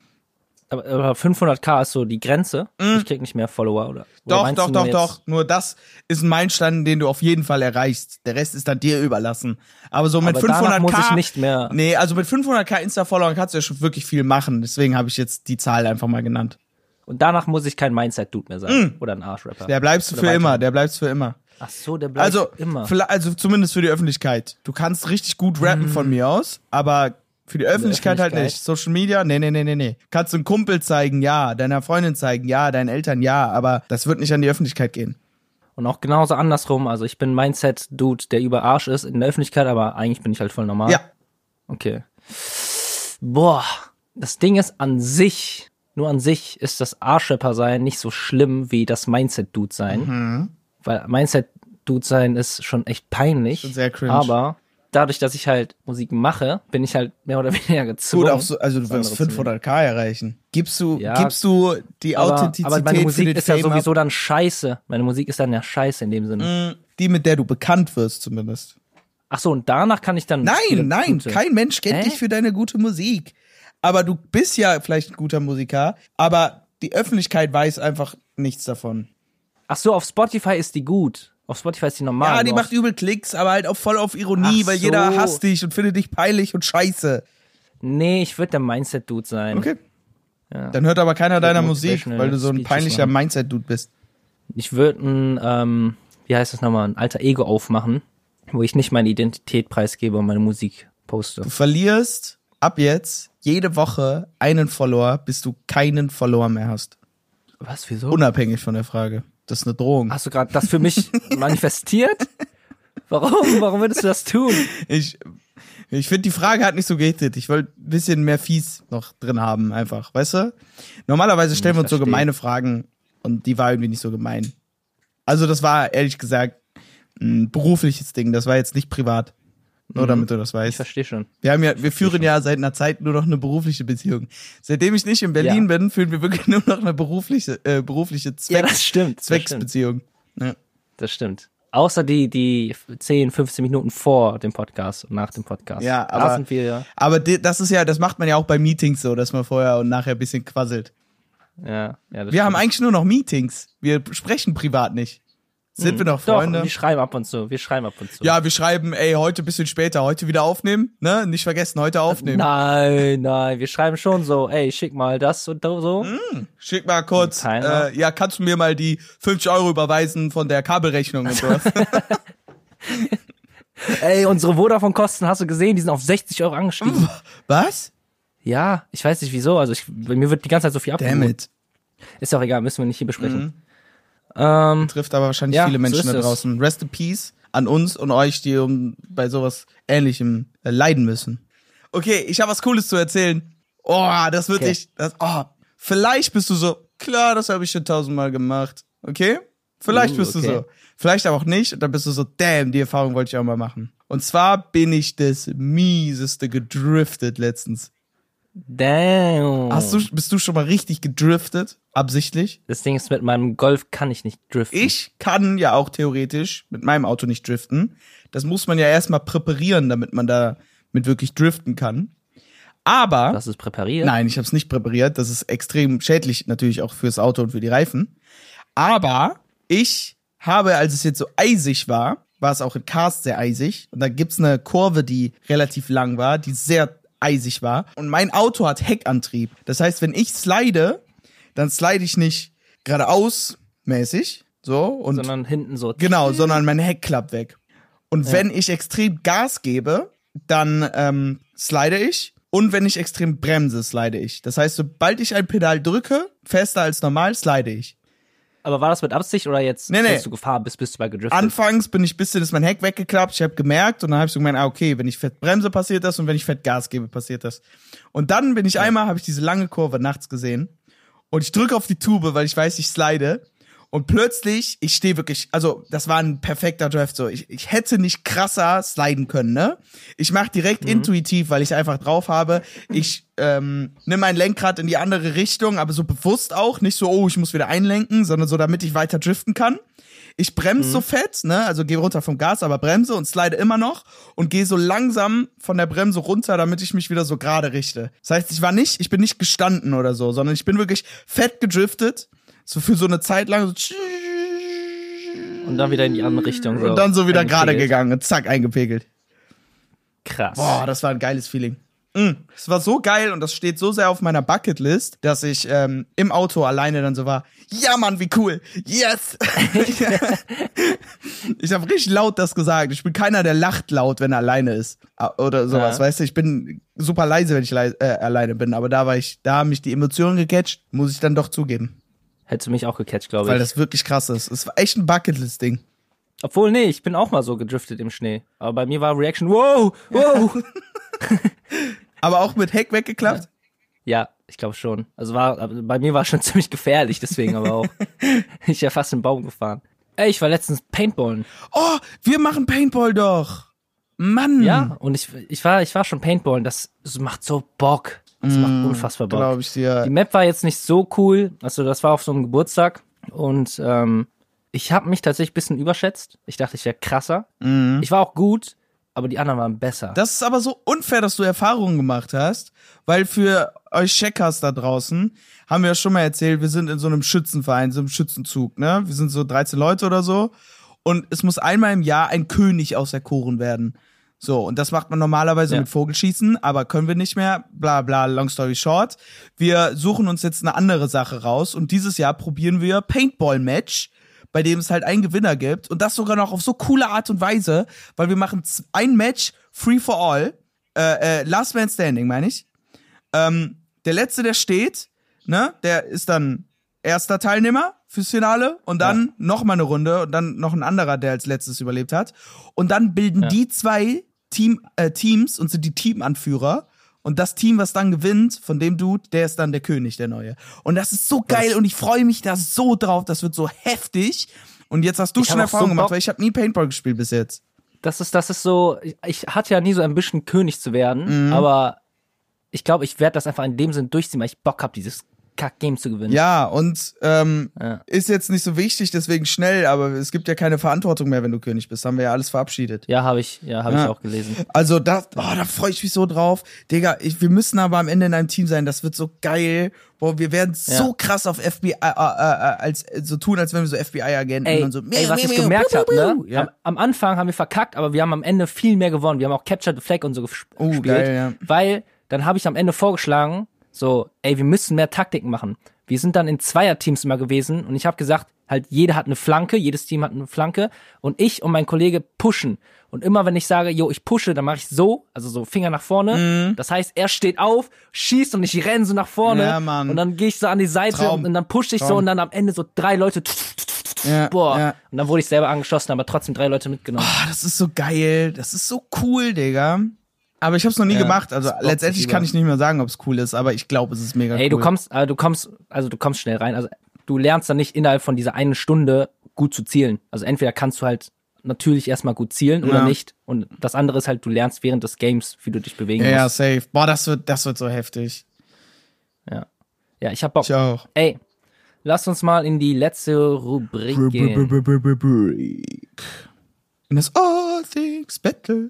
Speaker 1: Aber, aber 500k ist so die Grenze. Ich krieg nicht mehr Follower oder. oder
Speaker 2: Mm. Doch,
Speaker 1: meinst
Speaker 2: doch,
Speaker 1: du
Speaker 2: doch,
Speaker 1: jetzt-
Speaker 2: doch. Nur das ist ein Meilenstein, den du auf jeden Fall erreichst. Der Rest ist dann dir überlassen. Aber so mit
Speaker 1: Aber
Speaker 2: 500k
Speaker 1: danach muss ich nicht mehr-
Speaker 2: Nee, also mit 500k Insta-Followern kannst du ja schon wirklich viel machen. Deswegen habe ich jetzt die Zahl einfach mal genannt.
Speaker 1: Und danach muss ich kein Mindset-Dude mehr
Speaker 2: Mm.
Speaker 1: sein. Oder ein Arschrapper.
Speaker 2: Der bleibst du
Speaker 1: Oder
Speaker 2: für
Speaker 1: weiter.
Speaker 2: immer. Der bleibst für immer.
Speaker 1: Ach so, der bleibt
Speaker 2: Also
Speaker 1: immer.
Speaker 2: vla- also zumindest für die Öffentlichkeit. Du kannst richtig gut rappen von mir aus, aber für die Öffentlichkeit, halt
Speaker 1: Hm. Öffentlichkeit.
Speaker 2: nicht. Social Media, nee, nee, nee, nee, nee. Kannst du einen Kumpel zeigen, ja, deiner Freundin zeigen, ja, deinen Eltern, ja, aber das wird nicht an die Öffentlichkeit gehen.
Speaker 1: Und auch genauso andersrum. Also ich bin Mindset-Dude, der über Arsch ist in der Öffentlichkeit, aber eigentlich bin ich halt voll normal.
Speaker 2: Ja,
Speaker 1: Okay. Boah, das Ding ist an sich, nur an sich ist das Arschrapper sein nicht so schlimm wie das Mindset-Dude sein.
Speaker 2: Mhm.
Speaker 1: Weil Mindset-Dude sein ist schon echt peinlich.
Speaker 2: Schon sehr cringe.
Speaker 1: Aber dadurch, dass ich halt Musik mache, bin ich halt mehr oder weniger gezwungen.
Speaker 2: Gut, auch so, also du wirst
Speaker 1: andere zu
Speaker 2: 500k erreichen. Gibst du,
Speaker 1: Ja.
Speaker 2: gibst du die
Speaker 1: aber,
Speaker 2: Authentizität
Speaker 1: aber meine
Speaker 2: für
Speaker 1: Musik
Speaker 2: den
Speaker 1: ist ja
Speaker 2: Fame
Speaker 1: sowieso
Speaker 2: ab, Mhm.
Speaker 1: dann scheiße. Meine Musik ist dann ja scheiße in dem Sinne.
Speaker 2: die mit der du bekannt wirst zumindest.
Speaker 1: Ach so, und danach kann ich dann. wieder
Speaker 2: Nein, nein,
Speaker 1: gute-
Speaker 2: kein Mensch kennt
Speaker 1: Hä?
Speaker 2: dich für deine gute Musik. Aber du bist ja vielleicht ein guter Musiker, aber die Öffentlichkeit weiß einfach nichts davon.
Speaker 1: Ach so, auf Spotify ist die gut. Auf Spotify ist die normal.
Speaker 2: Ja, die
Speaker 1: nur
Speaker 2: macht
Speaker 1: auf,
Speaker 2: übel Klicks, aber halt auch voll auf Ironie,
Speaker 1: Ach
Speaker 2: weil jeder
Speaker 1: so.
Speaker 2: hasst dich und findet dich peinlich und scheiße.
Speaker 1: Nee, ich würde der Mindset-Dude sein.
Speaker 2: Okay. Dann hört aber keiner deiner Musik,
Speaker 1: motivational
Speaker 2: weil du so ein
Speaker 1: Speeches
Speaker 2: peinlicher
Speaker 1: machen.
Speaker 2: Mindset-Dude bist.
Speaker 1: Ich würde ein, ähm, wie heißt das nochmal, ein alter Ego aufmachen, wo ich nicht meine Identität preisgebe und meine Musik poste.
Speaker 2: Du verlierst ab jetzt jede Woche einen Follower, bis du keinen Follower mehr hast.
Speaker 1: Was, wieso?
Speaker 2: Unabhängig von der Frage. Das ist eine Drohung.
Speaker 1: Hast du gerade das für mich manifestiert? Warum? Warum würdest du das tun?
Speaker 2: Ich, Ich finde, die Frage hat nicht so gehittet. Ich wollte ein bisschen mehr fies noch drin haben, einfach. Weißt du? Normalerweise stellen wir uns so
Speaker 1: verstehe.
Speaker 2: gemeine Fragen und die war irgendwie nicht so gemein. Also, das war ehrlich gesagt ein berufliches Ding. Das war jetzt nicht privat. Nur damit du das
Speaker 1: Ich
Speaker 2: weißt.
Speaker 1: verstehe schon.
Speaker 2: Wir haben ja, wir führen ja seit einer Zeit nur noch eine berufliche Beziehung. Seitdem ich nicht in Berlin
Speaker 1: Ja.
Speaker 2: bin, führen wir wirklich nur noch eine berufliche, äh, berufliche Zweck,
Speaker 1: stimmt. stimmt.
Speaker 2: Zwecksbeziehung. Ja.
Speaker 1: Das stimmt. Außer die, die 10, 15 Minuten vor dem Podcast und nach dem Podcast.
Speaker 2: Ja,
Speaker 1: Da
Speaker 2: aber-
Speaker 1: sind wir ja.
Speaker 2: Aber de- das ist ja, das macht man ja auch bei Meetings so, dass man vorher und nachher ein bisschen quasselt.
Speaker 1: ja, ja das
Speaker 2: Wir haben
Speaker 1: stimmt.
Speaker 2: eigentlich nur noch Meetings. Wir sprechen privat nicht. Sind wir noch Freunde?
Speaker 1: Hm, Doch, wir schreiben ab und zu. Wir schreiben ab und zu.
Speaker 2: ja, wir schreiben, ey, heute ein bisschen später, heute wieder aufnehmen, ne? Nicht vergessen,
Speaker 1: Äh,
Speaker 2: heute aufnehmen.
Speaker 1: Nein, nein, wir schreiben schon so, ey, schick mal das und so.
Speaker 2: Hm? Schick mal kurz,
Speaker 1: Keiner.
Speaker 2: äh, ja, kannst du mir mal die 50 Euro überweisen von der Kabelrechnung und sowas?
Speaker 1: Ey, unsere Vodafone-Kosten, hast du gesehen, die sind auf 60 Euro angestiegen.
Speaker 2: Was?
Speaker 1: ja, ich weiß nicht wieso, also ich, bei mir wird die ganze Zeit so viel
Speaker 2: Damn
Speaker 1: abgeholt.
Speaker 2: it. Mhm.
Speaker 1: Ist auch egal, müssen wir nicht hier besprechen. Ähm,
Speaker 2: Trifft aber wahrscheinlich
Speaker 1: Ja,
Speaker 2: viele
Speaker 1: so
Speaker 2: Menschen
Speaker 1: ist
Speaker 2: da
Speaker 1: es.
Speaker 2: draußen. Rest in peace an uns und euch, die um, bei sowas ähnlichem äh, leiden müssen. Okay, ich habe was Cooles zu erzählen. Oh, das wird
Speaker 1: Okay.
Speaker 2: dich. Das, oh, vielleicht bist du so, klar, das habe ich schon tausendmal gemacht. Okay? Vielleicht
Speaker 1: Uh,
Speaker 2: bist du
Speaker 1: okay.
Speaker 2: so. Vielleicht aber auch nicht. Und dann bist du so, damn, die Erfahrung wollte ich auch mal machen. Und zwar bin ich das mieseste gedriftet letztens.
Speaker 1: damn.
Speaker 2: Hast du, bist du schon mal richtig gedriftet? Absichtlich?
Speaker 1: das Ding ist, mit meinem Golf kann ich nicht driften.
Speaker 2: ich kann ja auch theoretisch mit meinem Auto nicht driften. Das muss man ja erstmal präparieren, damit man da mit wirklich driften kann. Aber
Speaker 1: Das ist präpariert.
Speaker 2: nein, ich habe es nicht präpariert. Das ist extrem schädlich natürlich auch fürs Auto und für die Reifen. Aber ich habe, als es jetzt so eisig war, war es auch in Karst sehr eisig. Und da gibt's eine Kurve, die relativ lang war, die sehr eisig war. Und mein Auto hat Heckantrieb. Das heißt, wenn ich slide, dann slide ich nicht geradeaus mäßig, so, und
Speaker 1: Sondern hinten so.
Speaker 2: Genau, sondern mein Heck klappt weg. Und wenn ich extrem Gas gebe, dann ähm, slide ich. Und wenn ich extrem bremse, slide ich. Das heißt, sobald ich ein Pedal drücke, fester als normal, slide ich.
Speaker 1: Aber war das mit Absicht oder jetzt,
Speaker 2: Nee, nee.
Speaker 1: als du Gefahr bist, bist du mal gedriftet?
Speaker 2: Anfangs bin ich ein bisschen, ist mein Heck weggeklappt, ich habe gemerkt und dann habe ich so gemeint, ah, okay, wenn ich fett bremse, passiert das und wenn ich fett Gas gebe, passiert das. Und dann bin ich einmal, habe ich diese lange Kurve nachts gesehen und ich drücke auf die Tube, weil ich weiß, ich slide und plötzlich, ich stehe wirklich, also das war ein perfekter Drift, so ich, ich hätte nicht krasser sliden können, ne? Ich mache direkt intuitiv, weil ich einfach drauf habe, ich ähm, nimm mein Lenkrad in die andere Richtung, aber so bewusst auch, nicht so, oh, ich muss wieder einlenken, sondern so, damit ich weiter driften kann ich bremse so fett, ne? Also gehe runter vom Gas, aber bremse und slide immer noch und gehe so langsam von der Bremse runter, damit ich mich wieder so gerade richte. Das heißt, ich war nicht, ich bin nicht gestanden oder so, sondern ich bin wirklich fett gedriftet, so für so eine Zeit lang so tsch-
Speaker 1: Und dann wieder in die andere Richtung. So
Speaker 2: und dann so wieder gerade
Speaker 1: eingepegelt.
Speaker 2: gegangen und zack eingepegelt.
Speaker 1: Krass.
Speaker 2: Boah, Oh, das war ein geiles Feeling. Mm, Es war so geil und das steht so sehr auf meiner Bucketlist, dass ich ähm, im Auto alleine dann so war, ja Mann, wie cool, yes. ich habe richtig laut das gesagt. Ich bin keiner, der lacht laut, wenn er alleine ist Ah, oder sowas,
Speaker 1: Ja.
Speaker 2: weißt du. Ich bin super leise, wenn ich lei- äh, alleine bin, aber da war ich, da haben mich die Emotionen gecatcht, muss ich dann doch zugeben,
Speaker 1: Hättest du mich auch gecatcht, glaube ich.
Speaker 2: weil das wirklich krass ist. Es war echt ein Bucketlist-Ding.
Speaker 1: Obwohl, nee, ich bin auch mal so gedriftet im Schnee. Aber bei mir war Reaction, wow, wow.
Speaker 2: Aber auch mit Heck weggeklappt.
Speaker 1: ja, ich glaube schon. Also war, bei mir war schon ziemlich gefährlich, deswegen aber auch. ich wäre fast in den Baum gefahren. Ey, ich war letztens Paintballen.
Speaker 2: Oh, wir machen Paintball doch. Mann.
Speaker 1: Ja, und ich, ich war, ich war schon Paintballen. Das, das macht so Bock. Das macht unfassbar Bock.
Speaker 2: Glaube ich dir.
Speaker 1: Die Map war jetzt nicht so cool. Also das war auf so einem Geburtstag und ähm, ich habe mich tatsächlich ein bisschen überschätzt. Ich dachte, ich wäre krasser. Ich war auch gut, aber die anderen waren besser.
Speaker 2: Das ist aber so unfair, dass du Erfahrungen gemacht hast, weil für euch Checkers da draußen haben wir ja schon mal erzählt, wir sind in so einem Schützenverein, so einem Schützenzug, ne? Wir sind so 13 Leute oder so und es muss einmal im Jahr ein König auserkoren werden. So, und das macht man normalerweise
Speaker 1: Ja.
Speaker 2: mit Vogelschießen, aber können wir nicht mehr, bla bla, long story short. Wir suchen uns jetzt eine andere Sache raus und dieses Jahr probieren wir Paintball-Match, bei dem es halt einen Gewinner gibt und das sogar noch auf so coole Art und Weise, weil wir machen z- ein Match, free for all, äh, äh, Last Man Standing, meine ich. Ähm, der Letzte, der steht, ne, der ist dann erster Teilnehmer fürs Finale und dann noch mal eine Runde und dann noch ein anderer, der als letztes überlebt hat. Und dann bilden die zwei Team, äh, Teams und sind die Teamanführer. Und das Team, was dann gewinnt, von dem Dude, der ist dann der König, der neue. Und das ist so geil und ich freue mich da so drauf. Das wird so heftig. Und jetzt hast du
Speaker 1: Ich
Speaker 2: schon
Speaker 1: hab auch so
Speaker 2: Erfahrung gemacht,
Speaker 1: Bock.
Speaker 2: weil ich habe nie Paintball gespielt bis jetzt.
Speaker 1: Das ist, das ist so, ich- ich hatte ja nie so Ambition, König zu werden,
Speaker 2: Mhm.
Speaker 1: aber ich glaube, ich werde das einfach in dem Sinn durchziehen, weil ich Bock habe, dieses Kack-Game zu gewinnen.
Speaker 2: Ja, und ähm,
Speaker 1: Ja.
Speaker 2: ist jetzt nicht so wichtig, deswegen schnell, aber es gibt ja keine Verantwortung mehr, wenn du König bist. Haben wir ja alles verabschiedet.
Speaker 1: Ja, habe ich, ja, habe
Speaker 2: Ja.
Speaker 1: ich auch gelesen.
Speaker 2: Also da, oh, da freue ich mich so drauf. Digga, ich, wir müssen aber am Ende in einem Team sein. Das wird so geil. Boah, wir werden so
Speaker 1: Ja.
Speaker 2: krass auf FBI, äh, äh, äh, als, so tun, als wenn wir so FBI-Agenten
Speaker 1: Ey,
Speaker 2: und so.
Speaker 1: ey was ich gemerkt habe, ne? Am, am Anfang haben wir verkackt, aber wir haben am Ende viel mehr gewonnen. Wir haben auch Capture the Flag und so gesp-
Speaker 2: Oh,
Speaker 1: gespielt,
Speaker 2: geil, ja.
Speaker 1: weil dann habe ich am Ende vorgeschlagen, so, ey, wir müssen mehr Taktiken machen. Wir sind dann in Zweierteams immer gewesen und ich habe gesagt, halt jeder hat eine Flanke, jedes Team hat eine Flanke und ich und mein Kollege pushen. Und immer wenn ich sage, yo, ich pushe, dann mache ich so, also so Finger nach
Speaker 2: Mhm.
Speaker 1: vorne. Das heißt, er steht auf, schießt und ich renne so nach vorne
Speaker 2: Ja, Mann.
Speaker 1: und dann gehe ich so an die Seite
Speaker 2: Traum.
Speaker 1: und, und dann pushe ich so
Speaker 2: Traum.
Speaker 1: und dann am Ende so drei Leute
Speaker 2: Ja,
Speaker 1: Boah.
Speaker 2: ja.
Speaker 1: Und dann wurde ich selber angeschossen, aber trotzdem drei Leute mitgenommen.
Speaker 2: Ah, das ist so geil. Das ist so cool, Digga. Aber ich habe es noch nie gemacht. Also
Speaker 1: bockt
Speaker 2: letztendlich
Speaker 1: sich
Speaker 2: kann
Speaker 1: über.
Speaker 2: ich nicht mehr sagen, ob es cool ist, aber ich glaube, es ist mega cool.
Speaker 1: Ey, du kommst, äh, du kommst, also du kommst schnell rein. Also du lernst dann nicht innerhalb von dieser einen Stunde gut zu zielen. Also entweder kannst du halt natürlich erstmal gut zielen oder
Speaker 2: Ja.
Speaker 1: nicht. Und das andere ist halt, du lernst während des Games, wie du dich bewegen
Speaker 2: Ja, ja,
Speaker 1: musst.
Speaker 2: safe. Boah, das wird, das wird so heftig.
Speaker 1: Ja, ich hab Bock.
Speaker 2: Ich auch.
Speaker 1: Ey, lass uns mal in die letzte Rubrik gehen.
Speaker 2: Break. In das All Things Battle.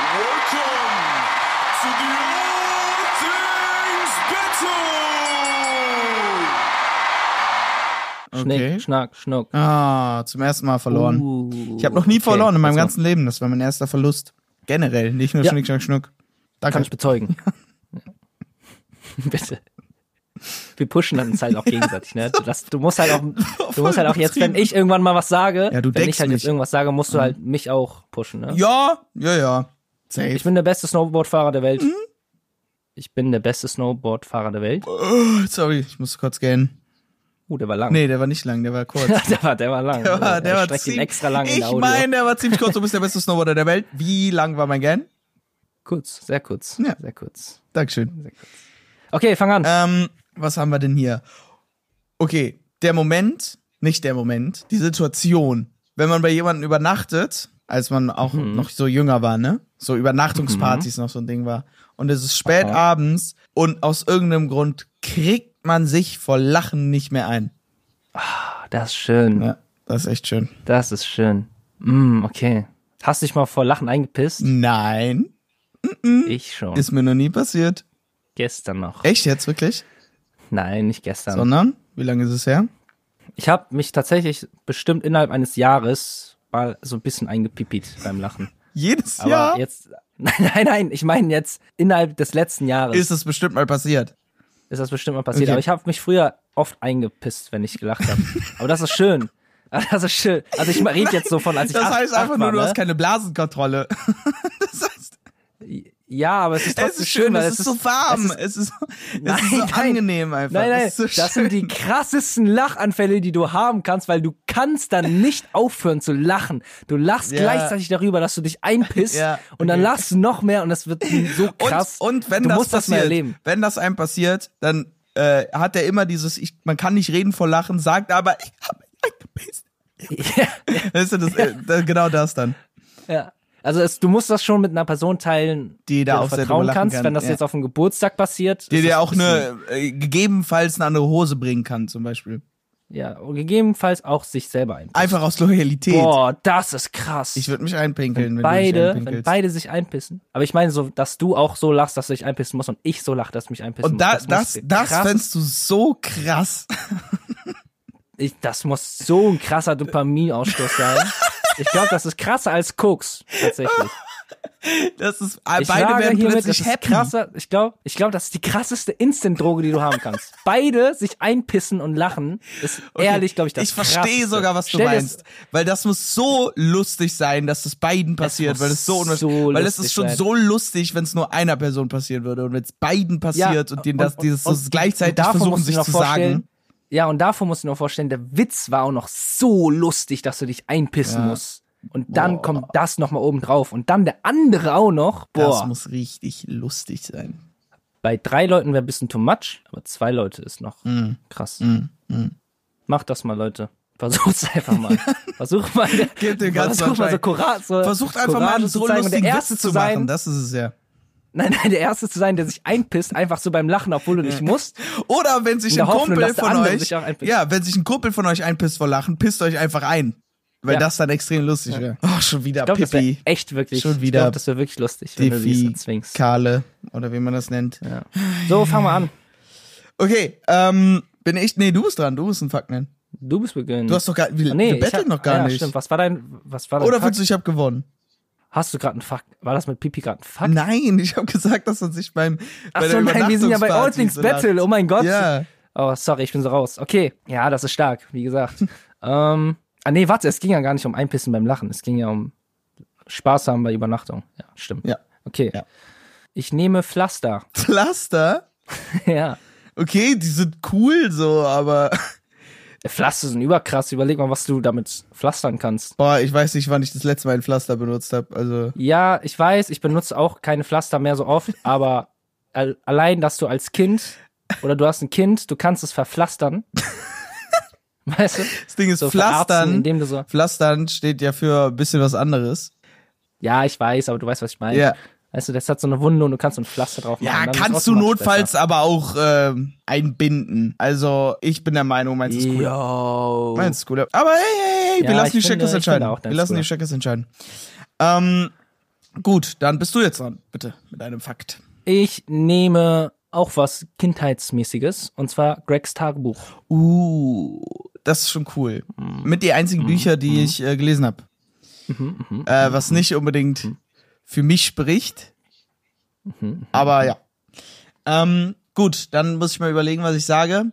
Speaker 4: Welcome to the All Things Battle!
Speaker 1: Schnick,
Speaker 2: Okay.
Speaker 1: Schnack, Schnuck.
Speaker 2: Ah, zum ersten Mal verloren.
Speaker 1: Uh,
Speaker 2: ich habe noch nie
Speaker 1: okay,
Speaker 2: verloren in meinem
Speaker 1: lass mal.
Speaker 2: ganzen Leben. Das war mein erster Verlust. Generell, nicht nur
Speaker 1: Ja.
Speaker 2: Schnick, Schnack, Schnuck. Danke.
Speaker 1: Kann ich bezeugen. Bitte. Wir pushen dann uns halt auch gegenseitig, ne? Du, das, du musst halt auch, du musst halt auch jetzt, wenn ich irgendwann mal was sage,
Speaker 2: Ja, du
Speaker 1: wenn
Speaker 2: deckst
Speaker 1: ich halt
Speaker 2: mich. Mhm.
Speaker 1: jetzt irgendwas sage, musst du halt mich auch pushen, ne?
Speaker 2: Ja, ja, ja. Safe. Mhm.
Speaker 1: Ich bin der beste Snowboardfahrer der Welt. Ich bin der beste Snowboardfahrer der Welt.
Speaker 2: oh, sorry, ich musste kurz gehen.
Speaker 1: Uh, der war lang.
Speaker 2: Nee, der war nicht lang, der war kurz.
Speaker 1: der war, der war lang.
Speaker 2: Der war, der
Speaker 1: er
Speaker 2: war
Speaker 1: streckt ihn
Speaker 2: ziemlich-
Speaker 1: extra lang in
Speaker 2: Ich
Speaker 1: der Audio.
Speaker 2: meine, der war ziemlich kurz. Du bist der beste Snowboarder der Welt. Wie lang war mein Gan?
Speaker 1: kurz, sehr kurz,
Speaker 2: Ja.
Speaker 1: sehr kurz.
Speaker 2: Dankeschön.
Speaker 1: Okay, fang an.
Speaker 2: Ähm, was haben wir denn hier? Okay, der Moment, nicht der Moment, die Situation. Wenn man bei jemandem übernachtet, als man auch
Speaker 1: Mhm.
Speaker 2: noch so jünger war, ne? So Übernachtungspartys noch so ein Ding war. Und es ist spät abends und aus irgendeinem Grund kriegt man sich vor Lachen nicht mehr ein.
Speaker 1: Das ist schön.
Speaker 2: Ja, das ist echt schön.
Speaker 1: Das ist schön. Mm, okay. Hast dich mal vor Lachen eingepisst?
Speaker 2: Nein,
Speaker 1: Ich schon.
Speaker 2: Mhm. ist mir noch nie passiert.
Speaker 1: gestern noch.
Speaker 2: Echt jetzt wirklich?
Speaker 1: Nein, nicht gestern.
Speaker 2: Sondern, wie lange ist es her?
Speaker 1: ich habe mich tatsächlich bestimmt innerhalb eines Jahres mal so ein bisschen eingepipit beim Lachen.
Speaker 2: Jedes
Speaker 1: Aber
Speaker 2: Jahr
Speaker 1: jetzt. Nein, nein, nein. Ich meine jetzt innerhalb des letzten Jahres
Speaker 2: ist
Speaker 1: ist,
Speaker 2: es bestimmt mal passiert.
Speaker 1: das bestimmt mal passiert.
Speaker 2: Okay.
Speaker 1: Aber ich habe mich früher oft eingepisst, wenn ich gelacht habe. Aber das ist schön. Aber Das ist schön. Also ich rede jetzt so von, als ich
Speaker 2: Das
Speaker 1: acht,
Speaker 2: heißt
Speaker 1: acht
Speaker 2: einfach
Speaker 1: war,
Speaker 2: nur, du
Speaker 1: ne?
Speaker 2: hast keine Blasenkontrolle. Das heißt,
Speaker 1: Ja, aber es ist trotzdem
Speaker 2: es ist schön,
Speaker 1: weil
Speaker 2: es ist so warm, es ist, es ist so
Speaker 1: Nein, nein.
Speaker 2: angenehm einfach.
Speaker 1: Nein, nein,
Speaker 2: es ist so
Speaker 1: das
Speaker 2: schön.
Speaker 1: sind die krassesten Lachanfälle, die du haben kannst, weil du kannst dann nicht aufhören zu lachen. Du lachst
Speaker 2: Ja.
Speaker 1: gleichzeitig darüber, dass du dich einpisst
Speaker 2: Ja,
Speaker 1: und dann
Speaker 2: okay.
Speaker 1: lachst du noch mehr und das wird so
Speaker 2: und,
Speaker 1: krass.
Speaker 2: und wenn
Speaker 1: du
Speaker 2: das
Speaker 1: musst das mal
Speaker 2: passiert,
Speaker 1: erleben.
Speaker 2: wenn das einem passiert, dann äh, hat er immer dieses, ich, man kann nicht reden vor Lachen, sagt aber, ich hab mich eingepisst.
Speaker 1: Ja,
Speaker 2: Weißt du, das, äh, da- genau das dann.
Speaker 1: ja. Also es, du musst das schon mit einer Person teilen,
Speaker 2: Die
Speaker 1: der
Speaker 2: da
Speaker 1: du
Speaker 2: auch sehr
Speaker 1: vertrauen
Speaker 2: drüber lachen
Speaker 1: kannst,
Speaker 2: kann,
Speaker 1: wenn das
Speaker 2: ja.
Speaker 1: jetzt auf dem Geburtstag passiert.
Speaker 2: Die
Speaker 1: ist
Speaker 2: dir
Speaker 1: das
Speaker 2: auch
Speaker 1: ein bisschen-
Speaker 2: eine, äh, gegebenenfalls eine andere Hose bringen kann, zum Beispiel.
Speaker 1: Ja, und gegebenenfalls auch sich selber ein.
Speaker 2: Einfach aus Loyalität.
Speaker 1: Boah, das ist krass.
Speaker 2: Ich würde mich einpinkeln, wenn, du
Speaker 1: beide,
Speaker 2: mich
Speaker 1: wenn
Speaker 2: einpinkelst.
Speaker 1: beide sich einpissen. Aber ich meine so, dass du auch so lachst, dass du dich einpissen musst und ich so lache, dass ich mich einpissen
Speaker 2: Und da,
Speaker 1: muss.
Speaker 2: das,
Speaker 1: muss
Speaker 2: das,
Speaker 1: krass-
Speaker 2: fändst du so krass.
Speaker 1: ich, das muss so ein krasser Dopaminausstoß sein. Ich glaube, das ist krasser als Koks tatsächlich.
Speaker 2: Das ist, äh,
Speaker 1: Ich
Speaker 2: beide
Speaker 1: sage
Speaker 2: werden
Speaker 1: hiermit, das
Speaker 2: plötzlich
Speaker 1: ist
Speaker 2: happy.
Speaker 1: krasser. Ich glaube, ich glaube, das ist die krasseste Instant-Droge, die du haben kannst. Beide sich einpissen und lachen ist ehrlich, glaube ich, das
Speaker 2: ich verstehe
Speaker 1: Krasseste.
Speaker 2: sogar, was du
Speaker 1: Stell dir das-
Speaker 2: meinst. Weil das muss so lustig sein, dass das beiden passiert.
Speaker 1: muss
Speaker 2: weil es so unwahrscheinlich
Speaker 1: so
Speaker 2: Weil es ist
Speaker 1: lustig
Speaker 2: schon
Speaker 1: sein.
Speaker 2: so lustig, wenn es nur einer Person passieren würde. Und wenn es beiden passiert und denen das, dieses das gleichzeitig
Speaker 1: davon
Speaker 2: versuchen,
Speaker 1: musst du
Speaker 2: sich
Speaker 1: dir
Speaker 2: zu
Speaker 1: noch vorstellen-
Speaker 2: sagen.
Speaker 1: Ja, und davon musst du dir noch vorstellen, der Witz war auch noch so lustig, dass du dich einpissen musst. Und dann kommt das nochmal oben drauf. Und dann der andere auch noch.
Speaker 2: Das
Speaker 1: Boah.
Speaker 2: muss richtig lustig sein.
Speaker 1: Bei drei Leuten wäre ein bisschen too much, aber zwei Leute ist noch
Speaker 2: Mm.
Speaker 1: krass. Macht das mal, Leute. Versucht's einfach mal. Versucht mal,
Speaker 2: Gebt dem Ganzen
Speaker 1: versucht mal so
Speaker 2: einen
Speaker 1: Courage. So
Speaker 2: Versucht einfach mal
Speaker 1: Courage
Speaker 2: einen
Speaker 1: Äh, zu
Speaker 2: so
Speaker 1: zeigen und
Speaker 2: lustigen
Speaker 1: der
Speaker 2: Witz
Speaker 1: Erste
Speaker 2: zu
Speaker 1: zu sein.
Speaker 2: machen. Das ist es ja.
Speaker 1: Nein, nein, der Erste zu sein, der sich einpisst, einfach so beim Lachen, obwohl du nicht musst.
Speaker 2: Oder wenn sich
Speaker 1: In der
Speaker 2: ein
Speaker 1: Hoffnung,
Speaker 2: Kumpel
Speaker 1: dass der
Speaker 2: von
Speaker 1: andere
Speaker 2: euch,
Speaker 1: sich auch einpisst.
Speaker 2: ja, wenn sich ein Kumpel von euch einpisst vor Lachen, pisst euch einfach ein. Weil
Speaker 1: Ja.
Speaker 2: das dann extrem lustig wäre. Oh, schon wieder
Speaker 1: Ich glaube, das wäre
Speaker 2: Pippi,
Speaker 1: echt wirklich.
Speaker 2: Schon
Speaker 1: ich
Speaker 2: wieder
Speaker 1: glaube, das wäre wirklich lustig, wenn du sie zwingst.
Speaker 2: Kahle oder wie man das nennt.
Speaker 1: So, fang mal an.
Speaker 2: Okay, ähm, bin ich, nee, du bist dran, du musst einen Fakt nennen.
Speaker 1: Du bist beginnen.
Speaker 2: Du hast doch gar, wir,
Speaker 1: Ah, nee,
Speaker 2: wir
Speaker 1: ich
Speaker 2: betteln
Speaker 1: hab-
Speaker 2: noch gar
Speaker 1: ja,
Speaker 2: nicht.
Speaker 1: Stimmt. Was war dein, was war dein
Speaker 2: Oder
Speaker 1: Fakt?
Speaker 2: findest du, ich habe gewonnen?
Speaker 1: Hast du gerade einen Fakt? War das mit Pipi gerade ein Fakt?
Speaker 2: Nein, ich habe gesagt, dass man sich beim,
Speaker 1: Ach so, nein, wir sind ja bei Oldlings Battle. Oh mein Gott.
Speaker 2: Ja.
Speaker 1: Oh, sorry, ich bin so raus. Okay, ja, das ist stark, wie gesagt. ähm, ah, nee, warte, es ging ja gar nicht um Einpissen beim Lachen. Es ging ja um Spaß haben bei Übernachtung. Ja, stimmt.
Speaker 2: Ja.
Speaker 1: Okay.
Speaker 2: Ja.
Speaker 1: Ich nehme Pflaster.
Speaker 2: Pflaster?
Speaker 1: ja.
Speaker 2: Okay, die sind cool so, aber
Speaker 1: Pflaster sind überkrass. Überleg mal, was du damit pflastern kannst.
Speaker 2: boah, ich weiß nicht, wann ich das letzte Mal ein Pflaster benutzt habe. Also
Speaker 1: Ja, ich weiß, ich benutze auch keine Pflaster mehr so oft, aber al- allein, dass du als Kind oder du hast ein Kind, du kannst es verpflastern. weißt du?
Speaker 2: das Ding ist
Speaker 1: So verarzten,
Speaker 2: Pflastern.
Speaker 1: indem du so.
Speaker 2: Pflastern steht ja für ein bisschen was anderes.
Speaker 1: Ja, ich weiß, aber du weißt, was ich meine.
Speaker 2: Ja.
Speaker 1: Weißt du, das hat so eine Wunde und du kannst so ein Pflaster drauf machen.
Speaker 2: Ja,
Speaker 1: dann ist
Speaker 2: kannst du
Speaker 1: automatisch
Speaker 2: notfalls aber auch ähm, einbinden. Also ich bin der Meinung, meins ist
Speaker 1: Besser.
Speaker 2: cooler.
Speaker 1: Yo.
Speaker 2: Meins ist cooler. Aber hey, hey, hey, wir
Speaker 1: Ja,
Speaker 2: lassen die
Speaker 1: ich finde-
Speaker 2: Checkers
Speaker 1: ich
Speaker 2: entscheiden.
Speaker 1: finde auch, deins
Speaker 2: Wir lassen die
Speaker 1: cooler.
Speaker 2: Checkers entscheiden. Ähm, gut, dann bist du jetzt dran, bitte, mit einem Fakt.
Speaker 1: Ich nehme auch was Kindheitsmäßiges und zwar Gregs Tagebuch.
Speaker 2: Uh, das ist schon cool. Mit die einzigen Bücher, die ich äh, gelesen habe. Äh, was nicht unbedingt für mich spricht. Aber ja. Ähm, gut, dann muss ich mal überlegen, was ich sage.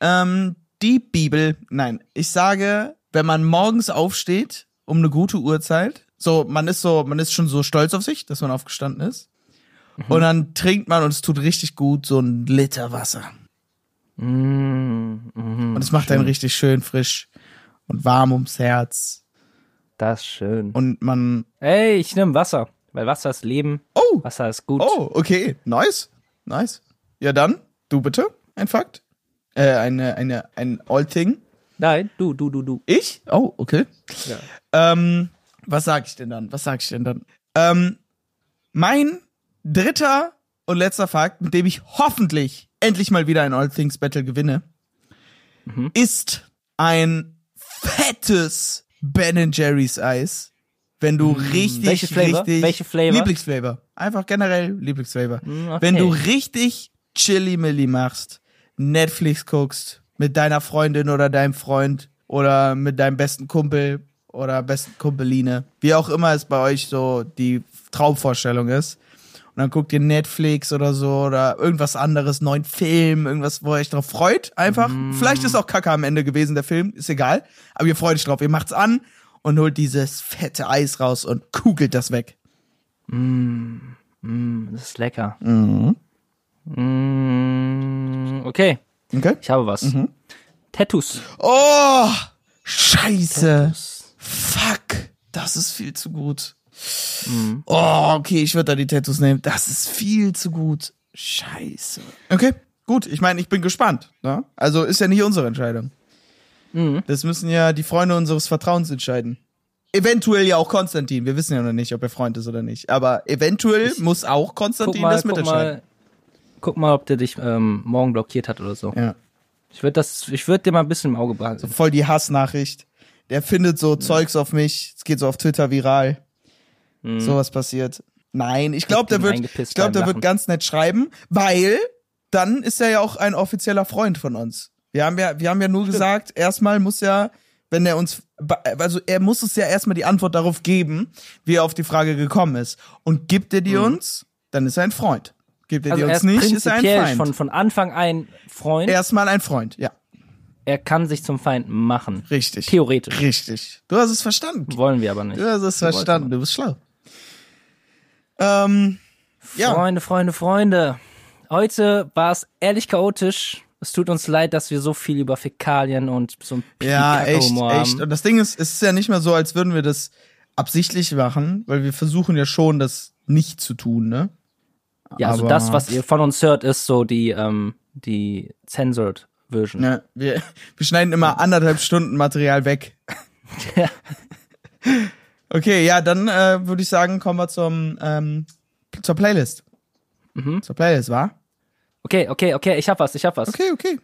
Speaker 2: Ähm, die Bibel, nein, ich sage, wenn man morgens aufsteht, um eine gute Uhrzeit, so, man ist so, man ist schon so stolz auf sich, dass man aufgestanden ist. Und dann trinkt man und es tut richtig gut so ein Liter Wasser.
Speaker 1: Mm, mhm,
Speaker 2: Und es macht einen richtig schön frisch und warm ums Herz.
Speaker 1: das ist schön.
Speaker 2: Und man.
Speaker 1: Ey, ich nehme Wasser, weil Wasser ist Leben,
Speaker 2: Oh!
Speaker 1: Wasser ist gut.
Speaker 2: Oh, okay. Nice. Nice. Ja, dann, du bitte. Ein Fakt. Äh, eine, eine, ein All-Thing.
Speaker 1: Nein, du, du, du, du.
Speaker 2: Ich? Oh, okay.
Speaker 1: Ja.
Speaker 2: Ähm, was sag ich denn dann? Was sag ich denn dann? Ähm, mein dritter und letzter Fakt, mit dem ich hoffentlich endlich mal wieder ein All Things Battle gewinne,
Speaker 1: Mhm.
Speaker 2: ist ein fettes Ben Jerry's Eis. Wenn du richtig,
Speaker 1: welche Mm, Flavor?
Speaker 2: richtig.
Speaker 1: Welche Flavor?
Speaker 2: Lieblingsflavor. Einfach generell Lieblingsflavor.
Speaker 1: Mm, okay.
Speaker 2: Wenn du richtig Chili Milli machst, Netflix guckst, mit deiner Freundin oder deinem Freund oder mit deinem besten Kumpel oder besten Kumpeline, wie auch immer es bei euch so die Traumvorstellung ist. Und dann guckt ihr Netflix oder so oder irgendwas anderes, neuen Film, irgendwas, wo ihr euch drauf freut, einfach. Vielleicht ist auch Kacke am Ende gewesen, der Film, ist egal. Aber ihr freut euch drauf, ihr macht's an und holt dieses fette Eis raus und kugelt das weg.
Speaker 1: Mm, das ist lecker.
Speaker 2: Mhm.
Speaker 1: Mm, okay,
Speaker 2: Okay?
Speaker 1: ich habe was.
Speaker 2: Mhm.
Speaker 1: Tattoos.
Speaker 2: Oh, scheiße. Fuck, das ist viel zu gut.
Speaker 1: Mhm.
Speaker 2: Oh, okay, ich würde da die Tattoos nehmen. Das ist viel zu gut. Scheiße. Okay, gut. Ich meine, ich bin gespannt. Ne? Also ist ja nicht unsere Entscheidung.
Speaker 1: Mhm.
Speaker 2: Das müssen ja die Freunde unseres Vertrauens entscheiden. Eventuell ja auch Konstantin. Wir wissen ja noch nicht, ob er Freund ist oder nicht. Aber eventuell muss auch
Speaker 1: Guck
Speaker 2: Konstantin
Speaker 1: mal,
Speaker 2: das
Speaker 1: guck
Speaker 2: mitentscheiden.
Speaker 1: mal, guck mal, ob der dich ähm, morgen blockiert hat oder so.
Speaker 2: Ja.
Speaker 1: Ich würde das, ich würde dir mal ein bisschen im Auge behalten.
Speaker 2: Voll die Hassnachricht. Der findet so Zeugs auf mich. Es geht so auf Twitter viral. Sowas passiert. Nein, ich glaube, der
Speaker 1: bin
Speaker 2: wird,
Speaker 1: Hm. eingepisst
Speaker 2: ich
Speaker 1: beim
Speaker 2: glaube, der
Speaker 1: Lachen.
Speaker 2: wird ganz nett schreiben, weil dann ist er ja auch ein offizieller Freund von uns. Wir haben ja, wir haben ja nur gesagt, erstmal muss ja, wenn er uns, also er muss es ja erstmal die Antwort darauf geben, wie er auf die Frage gekommen ist. Und gibt er die uns, dann ist er ein Freund. Gibt
Speaker 1: Hm.
Speaker 2: er
Speaker 1: Also
Speaker 2: die
Speaker 1: er
Speaker 2: uns
Speaker 1: ist
Speaker 2: nicht, ist er ein
Speaker 1: prinzipiell
Speaker 2: Feind.
Speaker 1: von, von Anfang ein Freund. Er,
Speaker 2: erstmal ein Freund, ja.
Speaker 1: kann sich zum Feind machen.
Speaker 2: Richtig.
Speaker 1: Theoretisch.
Speaker 2: Richtig. Du hast es verstanden.
Speaker 1: Wollen wir aber nicht.
Speaker 2: Du hast es
Speaker 1: Wir
Speaker 2: verstanden, du bist schlau. Ähm, ja.
Speaker 1: Freunde, Freunde, Freunde. Heute war es ehrlich chaotisch. Es tut uns leid, dass wir so viel über Fäkalien und so ein
Speaker 2: ja, echt,
Speaker 1: Pipi-Kacke-Humor
Speaker 2: echt.
Speaker 1: haben.
Speaker 2: Und das Ding ist, es ist ja nicht mehr so, als würden wir das absichtlich machen, weil wir versuchen ja schon, das nicht zu tun, ne?
Speaker 1: Ja, also
Speaker 2: Aber-
Speaker 1: das, was ihr von uns hört, ist so die, ähm, die Censored Version.
Speaker 2: Ja, wir, wir schneiden immer anderthalb Stunden Material weg.
Speaker 1: Ja.
Speaker 2: Okay, ja, dann äh, würde ich sagen, kommen wir zum, ähm, zur Playlist. Zur Playlist, wa?
Speaker 1: Okay, okay, okay, ich hab was, ich hab was.
Speaker 2: Okay, okay.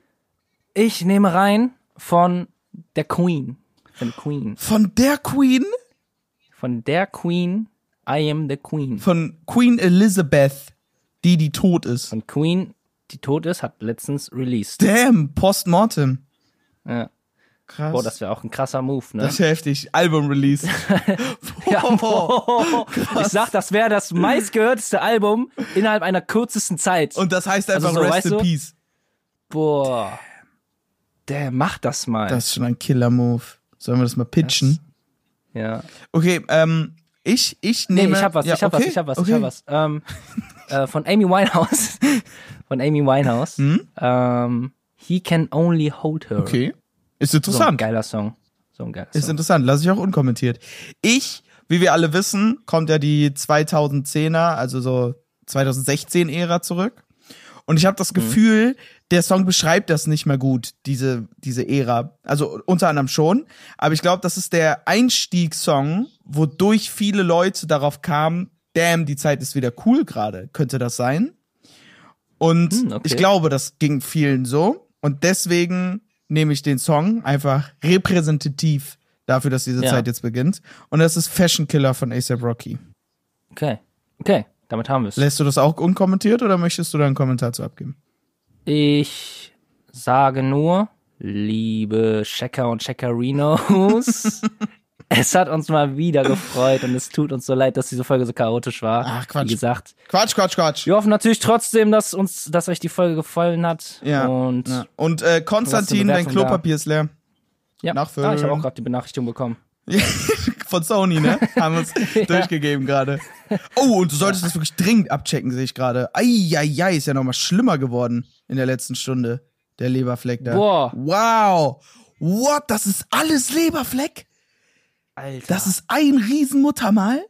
Speaker 1: Ich nehme rein von der Queen. Von Queen.
Speaker 2: Von der Queen,
Speaker 1: Von der Queen. I am the Queen.
Speaker 2: von Queen Elizabeth, die, die tot ist.
Speaker 1: Von Queen, die tot ist, hat letztens released.
Speaker 2: Damn, postmortem.
Speaker 1: Ja.
Speaker 2: Krass.
Speaker 1: Boah, das wäre auch ein krasser Move, ne?
Speaker 2: das ist heftig. Album-Release.
Speaker 1: Ja,
Speaker 2: Boah.
Speaker 1: boah. ich sag, das wäre das meistgehörteste Album innerhalb einer kürzesten Zeit.
Speaker 2: Und das heißt einfach
Speaker 1: Also so,
Speaker 2: Rest
Speaker 1: weißt
Speaker 2: in
Speaker 1: du?
Speaker 2: Peace.
Speaker 1: boah. Der macht das mal.
Speaker 2: Das ist schon ein Killer-Move. Sollen wir das mal pitchen?
Speaker 1: ja.
Speaker 2: Okay, ähm, ich, ich
Speaker 1: Nee,
Speaker 2: nehme.
Speaker 1: ich hab was,
Speaker 2: ja,
Speaker 1: ich hab
Speaker 2: okay,
Speaker 1: was, ich hab was,
Speaker 2: okay.
Speaker 1: ich hab was. Ähm, äh, von Amy Winehouse. von Amy Winehouse. Ähm, He Can Only Hold Her.
Speaker 2: Mhm. Okay. Ist
Speaker 1: So ein
Speaker 2: interessant.
Speaker 1: geiler Song. So ein geiler
Speaker 2: ist
Speaker 1: Song.
Speaker 2: interessant. Lass ich auch unkommentiert. Ich, wie wir alle wissen, kommt ja die 2010er, also so 2016-Ära zurück. Und ich habe
Speaker 1: Mhm.
Speaker 2: das Gefühl, der Song beschreibt das nicht mehr gut, diese, diese Ära. Also unter anderem schon. Aber ich glaube, das ist der Einstiegssong, wodurch viele Leute darauf kamen, damn, die Zeit ist wieder cool gerade. Könnte das sein? Und
Speaker 1: Hm, okay.
Speaker 2: ich glaube, das ging vielen so. Und deswegen nehme ich den Song einfach repräsentativ dafür, dass diese
Speaker 1: Ja.
Speaker 2: Zeit jetzt beginnt. Und das ist Fashion Killer von ASAP Rocky.
Speaker 1: Okay. Okay. Damit haben wir's.
Speaker 2: Lässt du das auch unkommentiert oder möchtest du da einen Kommentar zu abgeben?
Speaker 1: Ich sage nur, liebe Checker und Checkerinos, es hat uns mal wieder gefreut und es tut uns so leid, dass diese Folge so chaotisch war.
Speaker 2: Ach, Quatsch.
Speaker 1: Wie gesagt,
Speaker 2: Quatsch, Quatsch, Quatsch.
Speaker 1: wir hoffen natürlich trotzdem, dass uns, dass euch die Folge gefallen hat.
Speaker 2: Ja.
Speaker 1: Und
Speaker 2: Ja. Und äh, Konstantin, dein
Speaker 1: Bewertung da.
Speaker 2: Klopapier ist leer.
Speaker 1: ja.
Speaker 2: Nachfüllen.
Speaker 1: Ah, ich habe auch gerade die Benachrichtigung bekommen.
Speaker 2: Von Sony, ne? Haben uns durchgegeben gerade. Oh, und du solltest das wirklich dringend abchecken, sehe ich gerade. Eieiei, ist ja nochmal schlimmer geworden in der letzten Stunde. Der Leberfleck da.
Speaker 1: Boah.
Speaker 2: Wow. What? Das ist alles Leberfleck?
Speaker 1: Alter.
Speaker 2: Das ist ein Riesenmuttermal?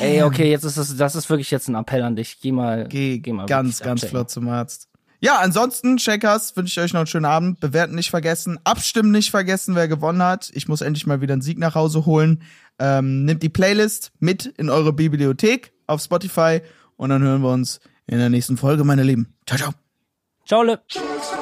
Speaker 1: Ey, okay, jetzt ist es, das ist wirklich jetzt ein Appell an dich. Geh mal,
Speaker 2: Geh,
Speaker 1: geh mal
Speaker 2: ganz,
Speaker 1: wirklich
Speaker 2: ganz
Speaker 1: abchecken.
Speaker 2: flott zum Arzt. Ja, ansonsten, Checkers, wünsche ich euch noch einen schönen Abend. Bewerten nicht vergessen. Abstimmen nicht vergessen, wer gewonnen hat. Ich muss endlich mal wieder einen Sieg nach Hause holen. Ähm, nehmt die Playlist mit in eure Bibliothek auf Spotify und dann hören wir uns in der nächsten Folge, meine Lieben. Ciao, ciao.
Speaker 1: Ciao, Lip.
Speaker 5: Kings